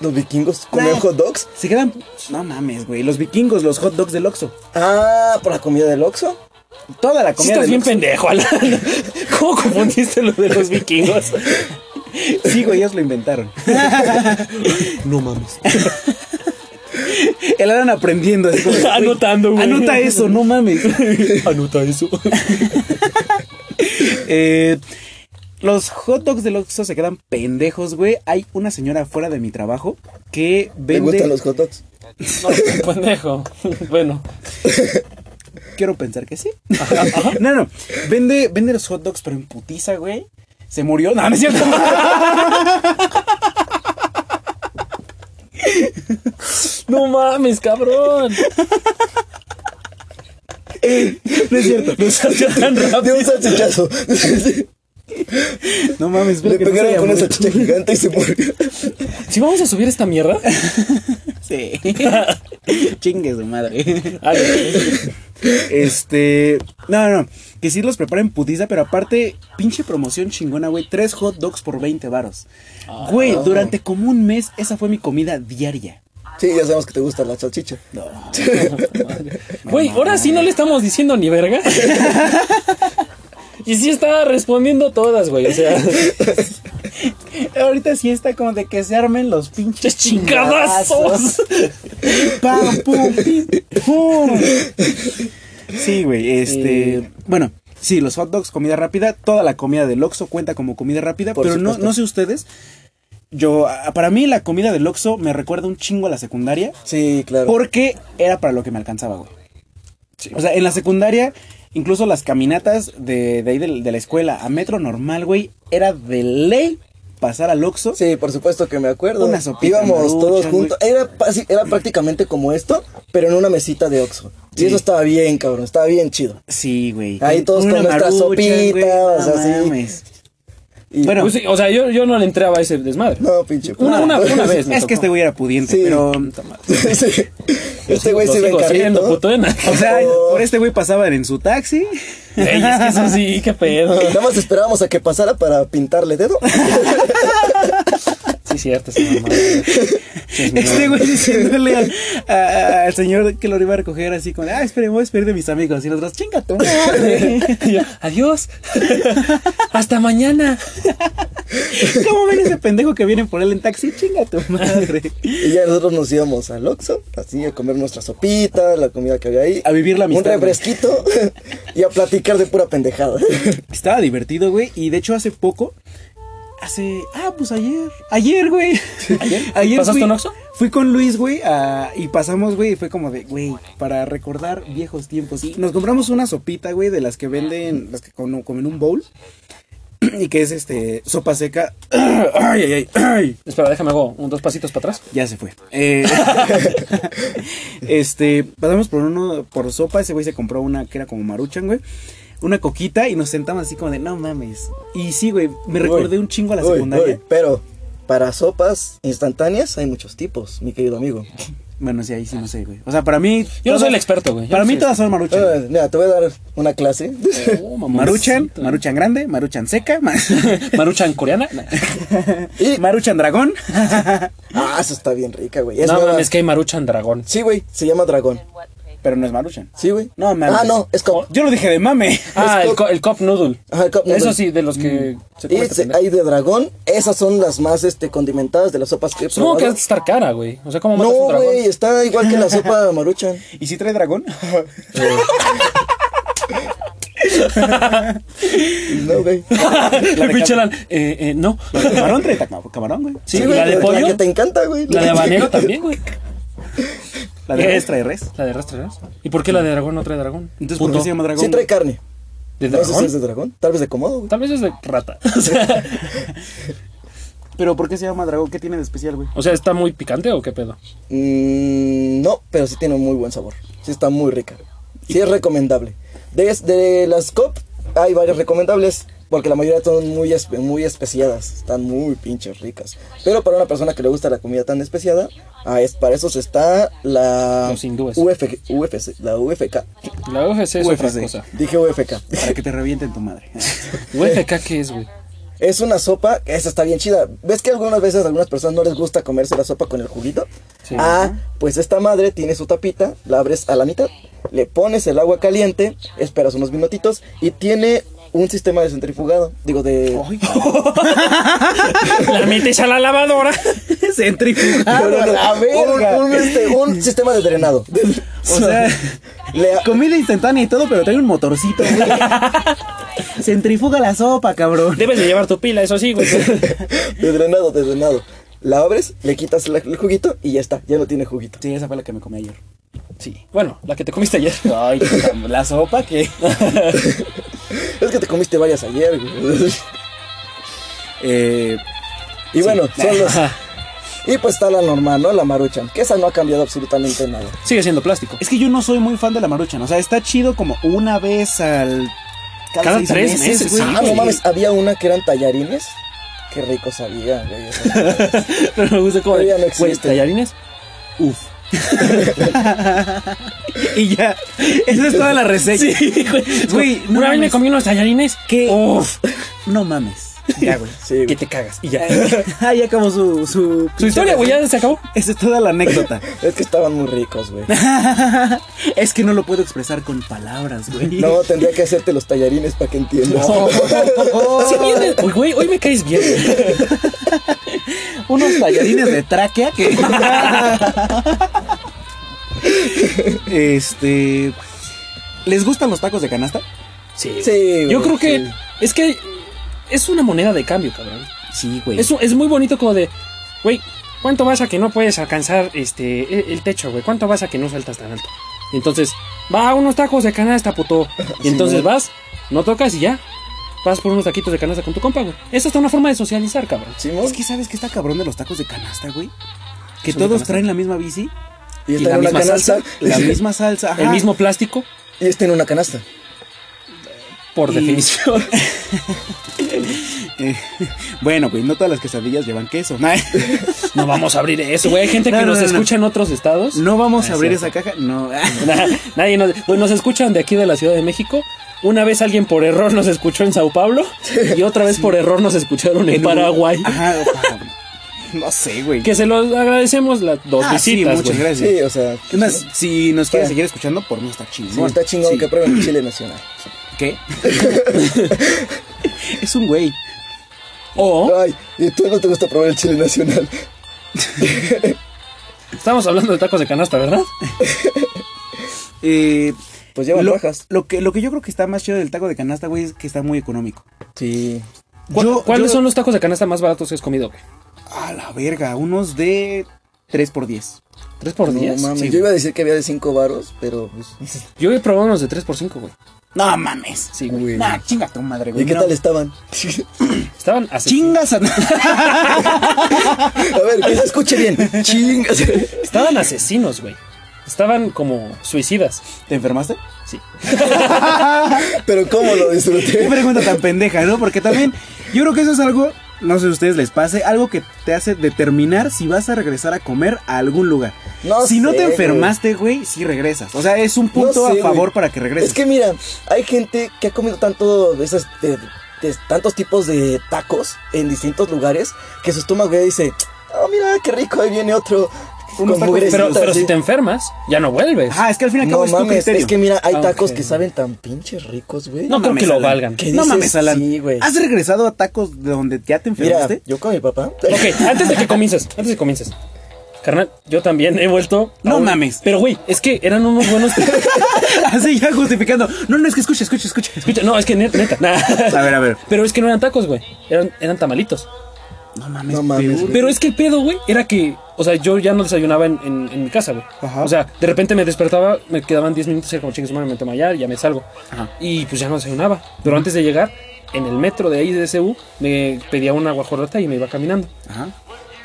[SPEAKER 1] Los vikingos comían
[SPEAKER 3] Nah.
[SPEAKER 1] hot dogs.
[SPEAKER 3] Se quedan. No mames, güey. Los vikingos, los hot dogs del Oxxo.
[SPEAKER 1] Ah, por la comida del Oxxo.
[SPEAKER 3] Toda la
[SPEAKER 2] Sí
[SPEAKER 3] comida
[SPEAKER 2] estás
[SPEAKER 3] del
[SPEAKER 2] bien
[SPEAKER 3] Oxxo.
[SPEAKER 2] pendejo, Alan. ¿Cómo confundiste lo de los vikingos?
[SPEAKER 3] Sí, güey, ellos lo inventaron.
[SPEAKER 1] No mames.
[SPEAKER 3] El Alan aprendiendo. así como, güey,
[SPEAKER 2] Anotando, güey.
[SPEAKER 3] Anota eso, no mames.
[SPEAKER 2] Anota eso.
[SPEAKER 3] Eh, los hot dogs del Oxxo se quedan pendejos, güey. Hay una señora fuera de mi trabajo que
[SPEAKER 1] ¿Te
[SPEAKER 3] vende.
[SPEAKER 1] gustan los hot dogs?
[SPEAKER 2] No, pendejo. Bueno,
[SPEAKER 3] Quiero pensar que sí. No, no. Vende, vende los hot dogs, pero en putiza, güey. Se murió. No, no es cierto.
[SPEAKER 2] no mames, cabrón.
[SPEAKER 3] No es cierto.
[SPEAKER 2] No seas ya tan
[SPEAKER 1] De
[SPEAKER 2] rápido.
[SPEAKER 1] un salchichazo.
[SPEAKER 3] No mames, espero
[SPEAKER 1] Le
[SPEAKER 3] que no se
[SPEAKER 1] pegaron
[SPEAKER 3] haya
[SPEAKER 1] con una
[SPEAKER 3] muerto.
[SPEAKER 1] salchicha gigante y se murió.
[SPEAKER 2] Si vamos a subir esta mierda.
[SPEAKER 3] Sí. Chingue su madre.
[SPEAKER 2] Ah, no.
[SPEAKER 3] Este. No, no. Que sí los preparen putiza, pero aparte, pinche promoción chingona, güey. Tres hot dogs por 20 varos. Güey, durante como un mes, esa fue mi comida diaria.
[SPEAKER 1] Sí, ya sabemos que te gusta la salchicha.
[SPEAKER 3] No.
[SPEAKER 2] Güey, ahora sí no le estamos diciendo ni verga. Y sí está respondiendo todas, güey. O sea,
[SPEAKER 3] Ahorita sí está como de que se armen los pinches
[SPEAKER 2] chingadazos.
[SPEAKER 3] Pam, pum, pim, pum. Sí, güey, este.
[SPEAKER 2] Eh.
[SPEAKER 3] Bueno, sí, los hot dogs, comida rápida. Toda la comida del Oxxo cuenta como comida rápida.
[SPEAKER 1] Por
[SPEAKER 3] pero no,
[SPEAKER 1] supuesto.
[SPEAKER 3] no sé ustedes. Yo, a- para mí, la comida del Oxxo me recuerda un chingo a la secundaria.
[SPEAKER 1] Sí, claro.
[SPEAKER 3] Porque era para lo que me alcanzaba, güey. O sea, en la secundaria, incluso las caminatas de, de ahí del- de, la escuela a metro normal, güey, era de ley pasar al Oxxo.
[SPEAKER 1] Sí, por supuesto que me acuerdo.
[SPEAKER 3] Una sopita
[SPEAKER 1] Íbamos
[SPEAKER 3] maruchan,
[SPEAKER 1] todos
[SPEAKER 3] güey.
[SPEAKER 1] juntos. Era, pa- sí, era prácticamente como esto, pero en una mesita de Oxxo. Y
[SPEAKER 3] Sí.
[SPEAKER 1] eso estaba bien, cabrón. Estaba bien chido.
[SPEAKER 3] Sí, güey.
[SPEAKER 1] Ahí todos con nuestra sopita,
[SPEAKER 3] güey,
[SPEAKER 1] o
[SPEAKER 3] no
[SPEAKER 1] sea, sí.
[SPEAKER 3] mames.
[SPEAKER 1] Y-
[SPEAKER 3] Bueno,
[SPEAKER 2] Pues sí, o sea, yo, yo no le entraba a ese desmadre.
[SPEAKER 1] No, pinche.
[SPEAKER 2] Una- una- una vez. Pues, me
[SPEAKER 3] Es
[SPEAKER 2] tocó.
[SPEAKER 3] que este güey era pudiente,
[SPEAKER 1] Sí.
[SPEAKER 3] pero.
[SPEAKER 1] Sí. Este güey
[SPEAKER 2] Lo
[SPEAKER 1] se ve
[SPEAKER 2] sigo siendo,
[SPEAKER 1] carrito.
[SPEAKER 2] puto de nada.
[SPEAKER 3] O sea,
[SPEAKER 1] Oh.
[SPEAKER 3] por este güey pasaban en su taxi.
[SPEAKER 2] Ey, es que eso sí, qué pedo.
[SPEAKER 1] Nada más esperábamos a que pasara para pintarle dedo.
[SPEAKER 2] Sí, cierto, esa mamada. Sí, es mi
[SPEAKER 3] Este güey diciéndole al, a- al señor que lo iba a recoger así con, ah, espere, me voy a despedir de mis amigos. Y los otros, chinga tu madre.
[SPEAKER 2] Y yo, Adiós. Hasta mañana.
[SPEAKER 3] ¿Cómo ven ese pendejo que viene por él en taxi? Chinga tu madre.
[SPEAKER 1] Y ya nosotros nos íbamos al Oxxo, así a comer nuestra sopita, la comida que había ahí.
[SPEAKER 3] A vivir la amistad,
[SPEAKER 1] Un refresquito y a platicar de pura pendejada.
[SPEAKER 3] Estaba divertido, güey. Y de hecho, hace poco. Hace. Ah, pues ayer. Ayer, güey. Ayer.
[SPEAKER 2] ¿Pasaste
[SPEAKER 3] fui-
[SPEAKER 2] un Oxxo?
[SPEAKER 3] Fui con Luis, güey. a- y pasamos, güey. Y fue como de, güey, para recordar viejos tiempos. Y nos compramos una sopita, güey, de las que venden. Las que con, como en un bowl. Y que es este. Sopa seca. ay, ay, ay, ay.
[SPEAKER 2] Espera, déjame hago un, dos pasitos para atrás.
[SPEAKER 3] Ya se fue. Eh, este, pasamos por uno, por sopa, ese güey se compró una que era como maruchan, güey. Una coquita y nos sentamos así como de, no mames. Y sí, güey, me
[SPEAKER 1] Uy.
[SPEAKER 3] recordé un chingo a la
[SPEAKER 1] Uy,
[SPEAKER 3] secundaria.
[SPEAKER 1] uy, pero Para sopas instantáneas hay muchos tipos, mi querido amigo.
[SPEAKER 3] Bueno, sí, ahí sí no sé, güey. O sea, para mí.
[SPEAKER 2] Yo no soy
[SPEAKER 3] todas-
[SPEAKER 2] el experto, güey. Yo
[SPEAKER 3] Para
[SPEAKER 2] no
[SPEAKER 3] mí
[SPEAKER 2] soy-
[SPEAKER 3] todas son maruchan.
[SPEAKER 1] Eh, mira, te voy a dar una clase.
[SPEAKER 2] Oh, mamoncito.
[SPEAKER 3] Maruchan, maruchan grande, maruchan seca, ma-
[SPEAKER 2] Maruchan coreana.
[SPEAKER 1] y,
[SPEAKER 3] maruchan dragón.
[SPEAKER 1] ah, eso está bien rica, güey. Es
[SPEAKER 2] no,
[SPEAKER 1] nueva.
[SPEAKER 2] mames, que hay Maruchan dragón.
[SPEAKER 1] Sí, güey, se llama dragón.
[SPEAKER 3] Pero no es maruchan.
[SPEAKER 1] Sí, güey.
[SPEAKER 3] No, mames.
[SPEAKER 1] Ah, no, es como...
[SPEAKER 3] Yo lo dije de mame.
[SPEAKER 2] Ah,
[SPEAKER 1] Es
[SPEAKER 2] el,
[SPEAKER 1] cup-
[SPEAKER 2] co- el cup noodle.
[SPEAKER 1] Ajá, cup
[SPEAKER 2] Eso
[SPEAKER 1] noodle. Mm.
[SPEAKER 2] sí, de los que se
[SPEAKER 1] Y
[SPEAKER 2] come este esta
[SPEAKER 1] se-
[SPEAKER 2] pendeja.
[SPEAKER 1] hay de dragón. Esas son las más este, condimentadas de las sopas que he
[SPEAKER 2] Supongo que
[SPEAKER 1] probado.
[SPEAKER 2] has de estar cara, güey. O sea, ¿cómo matas un
[SPEAKER 1] No,
[SPEAKER 2] dragón?
[SPEAKER 1] güey, está igual que la sopa maruchan.
[SPEAKER 3] ¿Y si trae dragón?
[SPEAKER 1] No, güey.
[SPEAKER 2] El pinche Alan, eh, eh, no.
[SPEAKER 3] camarón trae tacma- camarón, güey.
[SPEAKER 2] Sí,
[SPEAKER 1] Sí, güey,
[SPEAKER 2] la de pollo.
[SPEAKER 1] que te encanta, güey.
[SPEAKER 2] La de habanero también, güey.
[SPEAKER 3] La de res
[SPEAKER 2] Eh.
[SPEAKER 3] trae res.
[SPEAKER 2] La de ras, trae ras. ¿Y por qué la de dragón no trae dragón?
[SPEAKER 3] Entonces, ¿por qué
[SPEAKER 2] Puto.
[SPEAKER 3] se llama dragón?
[SPEAKER 1] Sí trae carne.
[SPEAKER 2] ¿De
[SPEAKER 1] No sé si
[SPEAKER 2] dragón?
[SPEAKER 1] es de dragón. Tal vez de comodo, güey.
[SPEAKER 2] Tal vez es de rata. O sea,
[SPEAKER 3] Pero ¿por qué se llama dragón? ¿Qué tiene de especial, güey?
[SPEAKER 2] o sea, ¿está muy picante o qué pedo?
[SPEAKER 1] Mm, no, pero sí tiene muy buen sabor. Sí está muy rica. Sí es recomendable. De, de las COP hay varias recomendables. Porque la mayoría son muy, espe- muy especiadas. Están muy pinches ricas. Pero para una persona que le gusta la comida tan especiada, ah, es, para esos está la
[SPEAKER 2] Los hindúes.
[SPEAKER 1] UFG UFC, la UFK.
[SPEAKER 2] La UFC es otra
[SPEAKER 3] UFC.
[SPEAKER 2] cosa.
[SPEAKER 1] Dije UFK.
[SPEAKER 3] Para que te revienten tu madre.
[SPEAKER 2] ¿UFK qué es, güey?
[SPEAKER 1] Es una sopa, esa está bien chida. ¿Ves que algunas veces a algunas personas no les gusta comerse la sopa con el juguito?
[SPEAKER 2] Sí.
[SPEAKER 1] ah, pues esta madre tiene su tapita, la abres a la mitad, le pones el agua caliente, esperas unos minutitos y tiene un sistema de centrifugado, digo de...
[SPEAKER 3] Ay,
[SPEAKER 2] La metes a la lavadora.
[SPEAKER 1] No, no, no,
[SPEAKER 3] la
[SPEAKER 1] Ah,
[SPEAKER 3] verga.
[SPEAKER 1] un, un, este, un sistema de drenado.
[SPEAKER 3] O sea,
[SPEAKER 1] Le-
[SPEAKER 3] comida instantánea y todo, pero trae un motorcito, güey. Centrifuga la sopa, cabrón.
[SPEAKER 2] Debes de llevar tu pila, eso sí, güey.
[SPEAKER 1] de drenado, de drenado. La abres, le quitas la- el juguito y ya está, ya no tiene juguito.
[SPEAKER 3] Sí, esa fue la que me comí ayer. Sí.
[SPEAKER 2] Bueno, la que te comiste ayer.
[SPEAKER 3] Ay, la sopa que.
[SPEAKER 1] Es que te comiste varias ayer. güey.
[SPEAKER 3] Eh,
[SPEAKER 1] Y bueno, son los... Y pues está la normal, ¿no? La maruchan, que esa no ha cambiado absolutamente nada.
[SPEAKER 2] Sigue siendo plástico.
[SPEAKER 3] es que yo no soy muy fan de la maruchan. O sea, está chido como una vez al.
[SPEAKER 2] Cada
[SPEAKER 3] seis
[SPEAKER 2] tres meses, Pues sí,
[SPEAKER 1] Ah, no
[SPEAKER 2] güey.
[SPEAKER 1] mames, había una que eran tallarines. Qué rico sabía, güey. eso.
[SPEAKER 2] Pero me gusta como.
[SPEAKER 1] Pero ya no
[SPEAKER 2] Güey,
[SPEAKER 1] existe.
[SPEAKER 2] tallarines. Uf.
[SPEAKER 3] Y ya. Esa es toda la reseña.
[SPEAKER 2] Sí, güey.
[SPEAKER 3] Güey, no
[SPEAKER 2] Una vez me
[SPEAKER 3] mames.
[SPEAKER 2] comí unos tallarines.
[SPEAKER 3] ¿Qué?
[SPEAKER 2] Uf.
[SPEAKER 3] No mames. Ya, güey.
[SPEAKER 1] Sí,
[SPEAKER 2] Que
[SPEAKER 1] güey.
[SPEAKER 2] te cagas. Y ya.
[SPEAKER 3] Ah, ya acabó su. Su,
[SPEAKER 2] Su historia, güey, ya se acabó.
[SPEAKER 3] Esa es toda la anécdota.
[SPEAKER 1] Es que estaban muy ricos, güey.
[SPEAKER 3] es que no lo puedo expresar con palabras, güey.
[SPEAKER 1] No, tendría que hacerte los tallarines para que entiendas.
[SPEAKER 3] Oh.
[SPEAKER 2] Sí, vienes- Uy, güey, hoy me caes bien.
[SPEAKER 3] Unos tallarines de tráquea que. este. ¿Les gustan los tacos de canasta?
[SPEAKER 2] Sí.
[SPEAKER 1] Sí,
[SPEAKER 2] Yo
[SPEAKER 1] güey,
[SPEAKER 2] creo que.
[SPEAKER 1] sí.
[SPEAKER 2] Es que. Es una moneda de cambio, cabrón.
[SPEAKER 3] Sí, güey.
[SPEAKER 2] Es, es muy bonito como de, güey, ¿cuánto vas a que no puedes alcanzar este e- el techo, güey? ¿Cuánto vas a que no saltas tan alto? Y entonces, va a unos tacos de canasta, puto. Y entonces vas, no tocas y ya. Vas por unos taquitos de canasta con tu compa, güey. Esa es una forma de socializar, cabrón.
[SPEAKER 1] Simón.
[SPEAKER 3] Es que sabes que está cabrón de los tacos de canasta, güey. Que
[SPEAKER 2] Son de
[SPEAKER 3] todos
[SPEAKER 2] canasta.
[SPEAKER 3] traen la misma bici,
[SPEAKER 1] y
[SPEAKER 2] y
[SPEAKER 1] está
[SPEAKER 2] la
[SPEAKER 1] en una
[SPEAKER 2] misma
[SPEAKER 1] canasta.
[SPEAKER 2] salsa,
[SPEAKER 3] la misma salsa, ajá.
[SPEAKER 2] El mismo plástico,
[SPEAKER 1] Y está en una canasta.
[SPEAKER 2] por
[SPEAKER 3] Y-
[SPEAKER 2] definición.
[SPEAKER 3] Eh, bueno, güey, no todas las quesadillas llevan queso. Nah,
[SPEAKER 2] no vamos a abrir eso, güey. Hay gente
[SPEAKER 3] No,
[SPEAKER 2] que
[SPEAKER 3] no,
[SPEAKER 2] nos
[SPEAKER 3] no, no.
[SPEAKER 2] escucha en otros estados.
[SPEAKER 3] No vamos a
[SPEAKER 2] Ah,
[SPEAKER 3] abrir
[SPEAKER 2] cierto.
[SPEAKER 3] esa caja. No.
[SPEAKER 2] Na- Nadie nos, güey, nos escuchan de aquí de la Ciudad de México. Una vez alguien por error nos escuchó en Sao Paulo y otra vez por error nos escucharon en, Paraguay.
[SPEAKER 3] Ajá, Paraguay. No sé, güey.
[SPEAKER 2] Que se los agradecemos las dos
[SPEAKER 3] Ah, sí,
[SPEAKER 2] visitas,
[SPEAKER 3] muchas
[SPEAKER 2] güey.
[SPEAKER 3] gracias.
[SPEAKER 1] Sí, o sea.
[SPEAKER 3] Es más, si nos quieren
[SPEAKER 1] Sí.
[SPEAKER 3] seguir escuchando, por no estar chingón.
[SPEAKER 1] sí, está chingón
[SPEAKER 3] Sí.
[SPEAKER 1] que prueben chile nacional.
[SPEAKER 3] ¿Qué? es un güey.
[SPEAKER 2] O
[SPEAKER 1] Ay, y tú no te gusta probar el chile nacional.
[SPEAKER 2] estamos hablando de tacos de canasta, ¿verdad?
[SPEAKER 3] Eh,
[SPEAKER 1] Pues llevan
[SPEAKER 3] lo,
[SPEAKER 1] rajas.
[SPEAKER 3] lo que, lo que yo creo que está más chido del taco de canasta, güey, es que está muy económico.
[SPEAKER 1] Sí.
[SPEAKER 2] ¿Cu-
[SPEAKER 3] Yo-
[SPEAKER 2] ¿Cuáles
[SPEAKER 3] yo-
[SPEAKER 2] son los tacos de canasta más baratos que has comido, güey?
[SPEAKER 3] A la verga, unos de 3 por 10
[SPEAKER 2] ¿Tres por
[SPEAKER 1] No,
[SPEAKER 2] diez?
[SPEAKER 1] mames.
[SPEAKER 2] Sí,
[SPEAKER 1] Yo
[SPEAKER 2] güey.
[SPEAKER 1] iba a decir que había de 5 varos, pero pues.
[SPEAKER 2] yo, he probado unos de tres por cinco, güey.
[SPEAKER 3] No mames.
[SPEAKER 2] Sí, güey.
[SPEAKER 1] güey.
[SPEAKER 3] Nah, chinga tu madre, güey.
[SPEAKER 1] ¿Y qué
[SPEAKER 3] No.
[SPEAKER 1] tal estaban?
[SPEAKER 2] Estaban asesinados.
[SPEAKER 3] Chingas a...
[SPEAKER 1] A ver, que se escuche bien. Chingas.
[SPEAKER 2] Estaban asesinos, güey. Estaban como suicidas.
[SPEAKER 3] ¿Te enfermaste?
[SPEAKER 2] Sí.
[SPEAKER 1] Pero cómo lo
[SPEAKER 3] Qué
[SPEAKER 1] disfruté.
[SPEAKER 3] pregunta tan pendeja, ¿no? Porque también yo creo que eso es algo no sé si a ustedes les pase, algo que te hace determinar si vas a regresar a comer a algún lugar.
[SPEAKER 1] No
[SPEAKER 3] si no
[SPEAKER 1] sé,
[SPEAKER 3] te
[SPEAKER 1] güey.
[SPEAKER 3] enfermaste, güey, sí regresas. O sea, es un punto
[SPEAKER 1] No sé,
[SPEAKER 3] a favor
[SPEAKER 1] güey.
[SPEAKER 3] para que regreses.
[SPEAKER 1] Es que mira, hay gente que ha comido tanto de esas, de, de tantos tipos de tacos en distintos lugares que su estómago ya dice, oh mira, qué rico, ahí viene otro.
[SPEAKER 3] Unos tacos,
[SPEAKER 2] Pero,
[SPEAKER 1] mugrecita,
[SPEAKER 2] pero
[SPEAKER 1] sí".
[SPEAKER 2] si te enfermas, ya no vuelves.
[SPEAKER 3] Ajá, Ah, es que al fin y al cabo
[SPEAKER 1] No
[SPEAKER 3] es tu
[SPEAKER 1] mames,
[SPEAKER 3] criterio.
[SPEAKER 1] es que mira, hay
[SPEAKER 2] Ah,
[SPEAKER 1] tacos
[SPEAKER 2] ok.
[SPEAKER 1] que saben tan pinches ricos, güey.
[SPEAKER 2] No, creo
[SPEAKER 3] mames,
[SPEAKER 2] que lo
[SPEAKER 3] Alan.
[SPEAKER 2] valgan.
[SPEAKER 1] ¿Qué
[SPEAKER 3] no
[SPEAKER 1] dices?
[SPEAKER 3] mames, Alan.
[SPEAKER 1] Sí, güey.
[SPEAKER 3] ¿Has regresado a tacos de donde ya te
[SPEAKER 1] Mira,
[SPEAKER 3] enfermaste?
[SPEAKER 1] yo con mi papá.
[SPEAKER 2] Ok, antes de que comiences, antes de que comiences. Carnal, yo también he vuelto. a
[SPEAKER 3] No
[SPEAKER 2] un-
[SPEAKER 3] mames.
[SPEAKER 2] Pero güey, es que eran unos buenos.
[SPEAKER 3] Así ya justificando. No, no, es que escucha, escucha, escucha.
[SPEAKER 2] Escucha, no, es que net- neta. nah.
[SPEAKER 3] A ver, a ver.
[SPEAKER 2] Pero es que no eran tacos, güey. Eran, eran tamalitos.
[SPEAKER 3] No mames,
[SPEAKER 1] No mames,
[SPEAKER 3] peor.
[SPEAKER 1] güey.
[SPEAKER 2] Pero es que el pedo, güey, era que. O sea, yo ya no desayunaba en, en- en mi casa, güey.
[SPEAKER 3] Ajá.
[SPEAKER 2] O sea, de repente me despertaba, me quedaban 10 minutos y era como chingues, madre, me meto a mallar y ya me salgo.
[SPEAKER 3] Ajá.
[SPEAKER 2] Y pues ya no desayunaba. Pero antes de llegar, en el metro de ahí de SU, me pedía una guajolota y me iba caminando.
[SPEAKER 3] Ajá.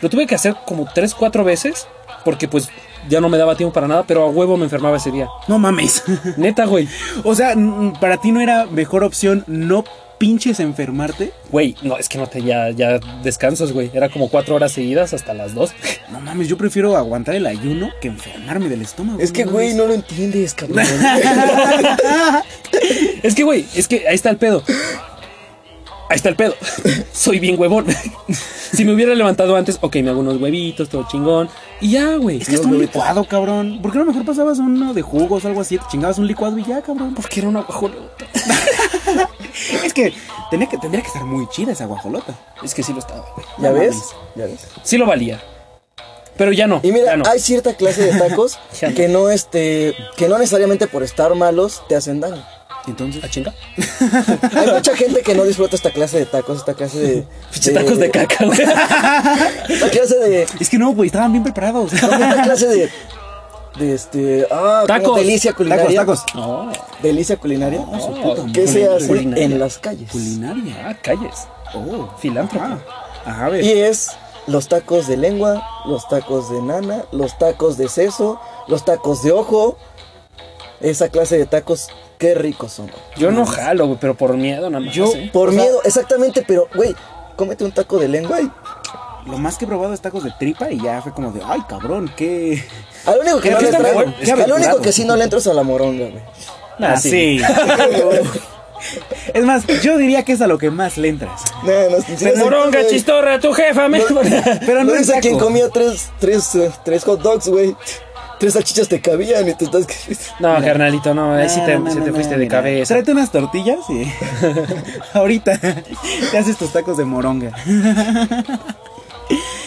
[SPEAKER 2] Lo tuve que hacer como 3, 4 veces porque pues ya no me daba tiempo para nada, pero a huevo me enfermaba ese día.
[SPEAKER 3] No mames.
[SPEAKER 2] Neta, güey.
[SPEAKER 3] o sea, mm, para ti no era mejor opción no pinches enfermarte.
[SPEAKER 2] Güey, no, es que no te ya, ya descansas, güey. Era como 4 horas seguidas hasta las 2.
[SPEAKER 3] No mames, yo prefiero aguantar el ayuno que enfermarme del estómago.
[SPEAKER 1] Es que, güey,
[SPEAKER 3] mames.
[SPEAKER 1] no lo entiendes, cabrón.
[SPEAKER 2] Es que, güey, es que ahí está el pedo. Ahí está el pedo. Soy bien huevón. si me hubiera levantado antes, ok, me hago unos huevitos, todo chingón. Y ya, güey.
[SPEAKER 3] Es que es un licuado, cabrón. ¿Por qué no mejor pasabas uno de jugos o algo así? Te chingabas un licuado y ya, cabrón.
[SPEAKER 2] Porque era una guajolota.
[SPEAKER 3] Es que, tenía que tendría que estar muy chida esa guajolota.
[SPEAKER 2] Es que sí lo estaba, güey.
[SPEAKER 1] ¿Ya
[SPEAKER 3] No
[SPEAKER 1] ves?
[SPEAKER 3] mames.
[SPEAKER 1] Ya ves.
[SPEAKER 2] Sí lo valía. Pero ya no.
[SPEAKER 1] Y mira,
[SPEAKER 2] ya no.
[SPEAKER 1] hay cierta clase de tacos
[SPEAKER 2] Ya no.
[SPEAKER 1] que no este que no necesariamente por estar malos te hacen daño.
[SPEAKER 3] Entonces,
[SPEAKER 2] ¿A chinga?
[SPEAKER 1] Hay mucha gente que no disfruta esta clase de tacos, esta clase de
[SPEAKER 2] Pinche tacos de caca, güey.
[SPEAKER 1] Esta clase de
[SPEAKER 3] es que no, güey, estaban bien preparados.
[SPEAKER 1] esta clase de de este ah, como
[SPEAKER 2] Tacos.
[SPEAKER 1] delicia
[SPEAKER 3] tacos,
[SPEAKER 1] culinaria.
[SPEAKER 3] tacos.
[SPEAKER 2] No.
[SPEAKER 1] Delicia culinaria.
[SPEAKER 3] su puta
[SPEAKER 1] que
[SPEAKER 3] madre.
[SPEAKER 1] se hace
[SPEAKER 2] Culinaria.
[SPEAKER 1] en las calles.
[SPEAKER 3] Culinaria.
[SPEAKER 2] Ah, calles.
[SPEAKER 3] Oh,
[SPEAKER 2] Filántropo.
[SPEAKER 1] Ah.
[SPEAKER 3] Ajá, Ajá, a ver.
[SPEAKER 1] Y es los tacos de lengua, los tacos de nana, los tacos de seso, los tacos de ojo. Esa clase de tacos, qué ricos son. güey.
[SPEAKER 2] Yo no jalo, güey, pero por miedo nada más.
[SPEAKER 3] Yo-
[SPEAKER 2] ¿eh?
[SPEAKER 1] Por
[SPEAKER 3] O sea-
[SPEAKER 1] miedo, exactamente, pero, güey, cómete un taco de lengua y...
[SPEAKER 3] Lo más que he probado es tacos de tripa y ya fue como de, ay, cabrón, qué.
[SPEAKER 1] Al único que
[SPEAKER 3] Qué
[SPEAKER 1] no le
[SPEAKER 3] rico,
[SPEAKER 1] entro,
[SPEAKER 3] güey. Qué
[SPEAKER 1] al único
[SPEAKER 3] aventurado.
[SPEAKER 1] que sí no le entro es a la moronga, güey.
[SPEAKER 2] Ah, sí.
[SPEAKER 3] es más, yo diría que es a lo que más le entras.
[SPEAKER 1] No, no, sí, sí, sí,
[SPEAKER 2] Moronga,
[SPEAKER 1] güey.
[SPEAKER 2] chistorra, tu jefa, me.
[SPEAKER 3] Pero no
[SPEAKER 1] Lo
[SPEAKER 3] es
[SPEAKER 1] dice
[SPEAKER 3] taco.
[SPEAKER 1] quien comió tres, tres, eh, tres hot dogs, güey. Tres salchichas te cabían y tú estás...
[SPEAKER 2] No, carnalito, no, ahí Ah, sí
[SPEAKER 3] No,
[SPEAKER 2] te,
[SPEAKER 3] no,
[SPEAKER 2] sí
[SPEAKER 3] no,
[SPEAKER 2] te
[SPEAKER 3] no,
[SPEAKER 2] fuiste de
[SPEAKER 3] mira,
[SPEAKER 2] cabeza.
[SPEAKER 3] Tráete unas tortillas y. Ahorita te haces tus tacos de moronga.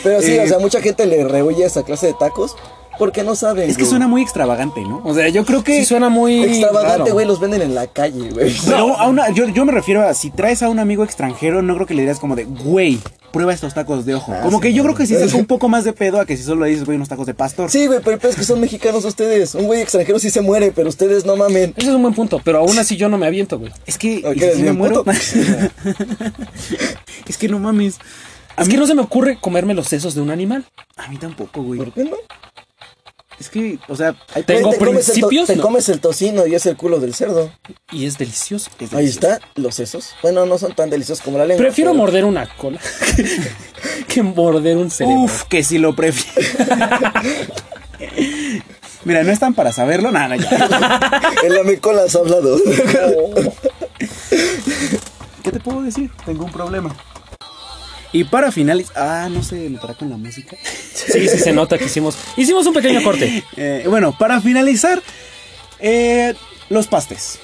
[SPEAKER 1] Pero sí,
[SPEAKER 3] Eh,
[SPEAKER 1] o sea, mucha gente le rehuye a esa clase de tacos porque no saben,
[SPEAKER 3] Es que
[SPEAKER 1] güey.
[SPEAKER 3] suena muy extravagante, ¿no? O sea, yo creo que.
[SPEAKER 2] Sí suena muy
[SPEAKER 1] Extravagante,
[SPEAKER 2] raro.
[SPEAKER 1] güey, los venden en la calle, güey.
[SPEAKER 3] Pero a una- yo, yo me refiero a si traes a un amigo extranjero, no creo que le digas como de, güey, prueba estos tacos de
[SPEAKER 2] Ah,
[SPEAKER 3] ojo. como que yo creo que sí es un poco más de pedo a que si solo le dices, güey, unos tacos de pastor.
[SPEAKER 1] Sí, güey, pero el peor es que son mexicanos ustedes. Un güey extranjero sí se muere, pero ustedes no mamen.
[SPEAKER 2] Ese es un buen punto, pero aún así yo no me aviento, güey.
[SPEAKER 3] Es que
[SPEAKER 1] Ok,
[SPEAKER 3] ¿y si sí me
[SPEAKER 1] bien
[SPEAKER 3] muero.
[SPEAKER 1] puto.
[SPEAKER 3] es que no mames. A
[SPEAKER 2] Es
[SPEAKER 3] mí,
[SPEAKER 2] que no se me ocurre comerme los sesos de un animal.
[SPEAKER 3] a mí tampoco, güey.
[SPEAKER 1] ¿Por qué no?
[SPEAKER 3] Es que, o sea, hay
[SPEAKER 2] Tengo
[SPEAKER 1] Güey, te comes el to-
[SPEAKER 2] principios,
[SPEAKER 1] Te
[SPEAKER 2] ¿no?
[SPEAKER 1] comes el tocino y es el culo del cerdo.
[SPEAKER 2] Y es delicioso.
[SPEAKER 3] Es
[SPEAKER 1] Ahí
[SPEAKER 3] delicioso.
[SPEAKER 1] está, los sesos. Bueno, no son tan deliciosos como la lengua.
[SPEAKER 2] Prefiero
[SPEAKER 1] pero-
[SPEAKER 2] morder una cola que morder un cerebro.
[SPEAKER 3] Uf, que si lo prefiero. Mira, no están para saberlo, nada, ya.
[SPEAKER 1] El amicola has hablado.
[SPEAKER 3] ¿Qué te puedo decir? Tengo un problema. Y para finalizar, ah, no sé, le pará con la música.
[SPEAKER 2] Sí, sí se nota que hicimos hicimos un pequeño corte.
[SPEAKER 3] Eh, bueno, para finalizar, eh, los pastes.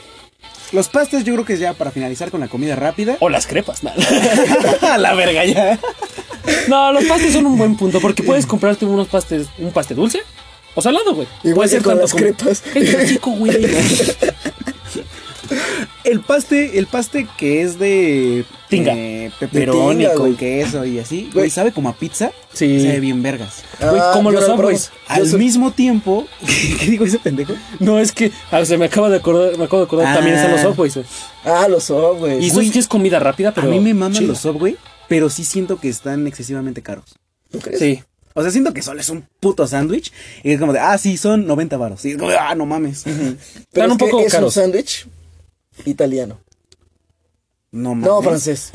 [SPEAKER 3] Los pastes, yo creo que es ya para finalizar con la comida rápida.
[SPEAKER 2] O las crepas. nada.
[SPEAKER 3] A la verga ya.
[SPEAKER 2] No, los pastes son un buen punto porque puedes comprarte unos pastes, un paste dulce o salado, güey.
[SPEAKER 1] Igual
[SPEAKER 2] Puede
[SPEAKER 1] que con
[SPEAKER 2] tanto
[SPEAKER 1] las
[SPEAKER 2] como-
[SPEAKER 1] crepas.
[SPEAKER 2] Cállate, chico, güey.
[SPEAKER 3] El paste, el paste que es de
[SPEAKER 2] Tinga.
[SPEAKER 3] eh, pepperoni
[SPEAKER 1] De tinga,
[SPEAKER 3] con
[SPEAKER 1] güey.
[SPEAKER 3] queso y así, güey,
[SPEAKER 1] Güey.
[SPEAKER 3] sabe como a pizza,
[SPEAKER 2] Sí.
[SPEAKER 3] sabe bien vergas.
[SPEAKER 2] Güey, como
[SPEAKER 1] Ah, yo
[SPEAKER 2] los
[SPEAKER 1] lo probo.
[SPEAKER 2] Subways.
[SPEAKER 1] Yo
[SPEAKER 3] Al
[SPEAKER 1] soy-
[SPEAKER 3] mismo tiempo, ¿qué digo ese pendejo?
[SPEAKER 2] No, es que ah, se me acaba de acordar, me acabo de acordar, también están los
[SPEAKER 3] Ah.
[SPEAKER 2] Subways. güey.
[SPEAKER 1] Ah, los Subways.
[SPEAKER 2] Y eso
[SPEAKER 3] Güey,
[SPEAKER 2] es que es comida rápida, pero
[SPEAKER 3] a mí me maman
[SPEAKER 2] chida.
[SPEAKER 3] los Subway, pero sí siento que están excesivamente caros.
[SPEAKER 1] ¿Tú crees?
[SPEAKER 2] Sí.
[SPEAKER 3] O sea, siento que solo es un puto sándwich y es como de, ah, sí, son 90 varos. Y es como de, ah, no mames.
[SPEAKER 1] Pero
[SPEAKER 2] Están
[SPEAKER 1] es
[SPEAKER 2] un
[SPEAKER 1] que
[SPEAKER 2] poco
[SPEAKER 1] es un
[SPEAKER 2] caros.
[SPEAKER 1] sándwich italiano.
[SPEAKER 3] No mames.
[SPEAKER 1] No, francés.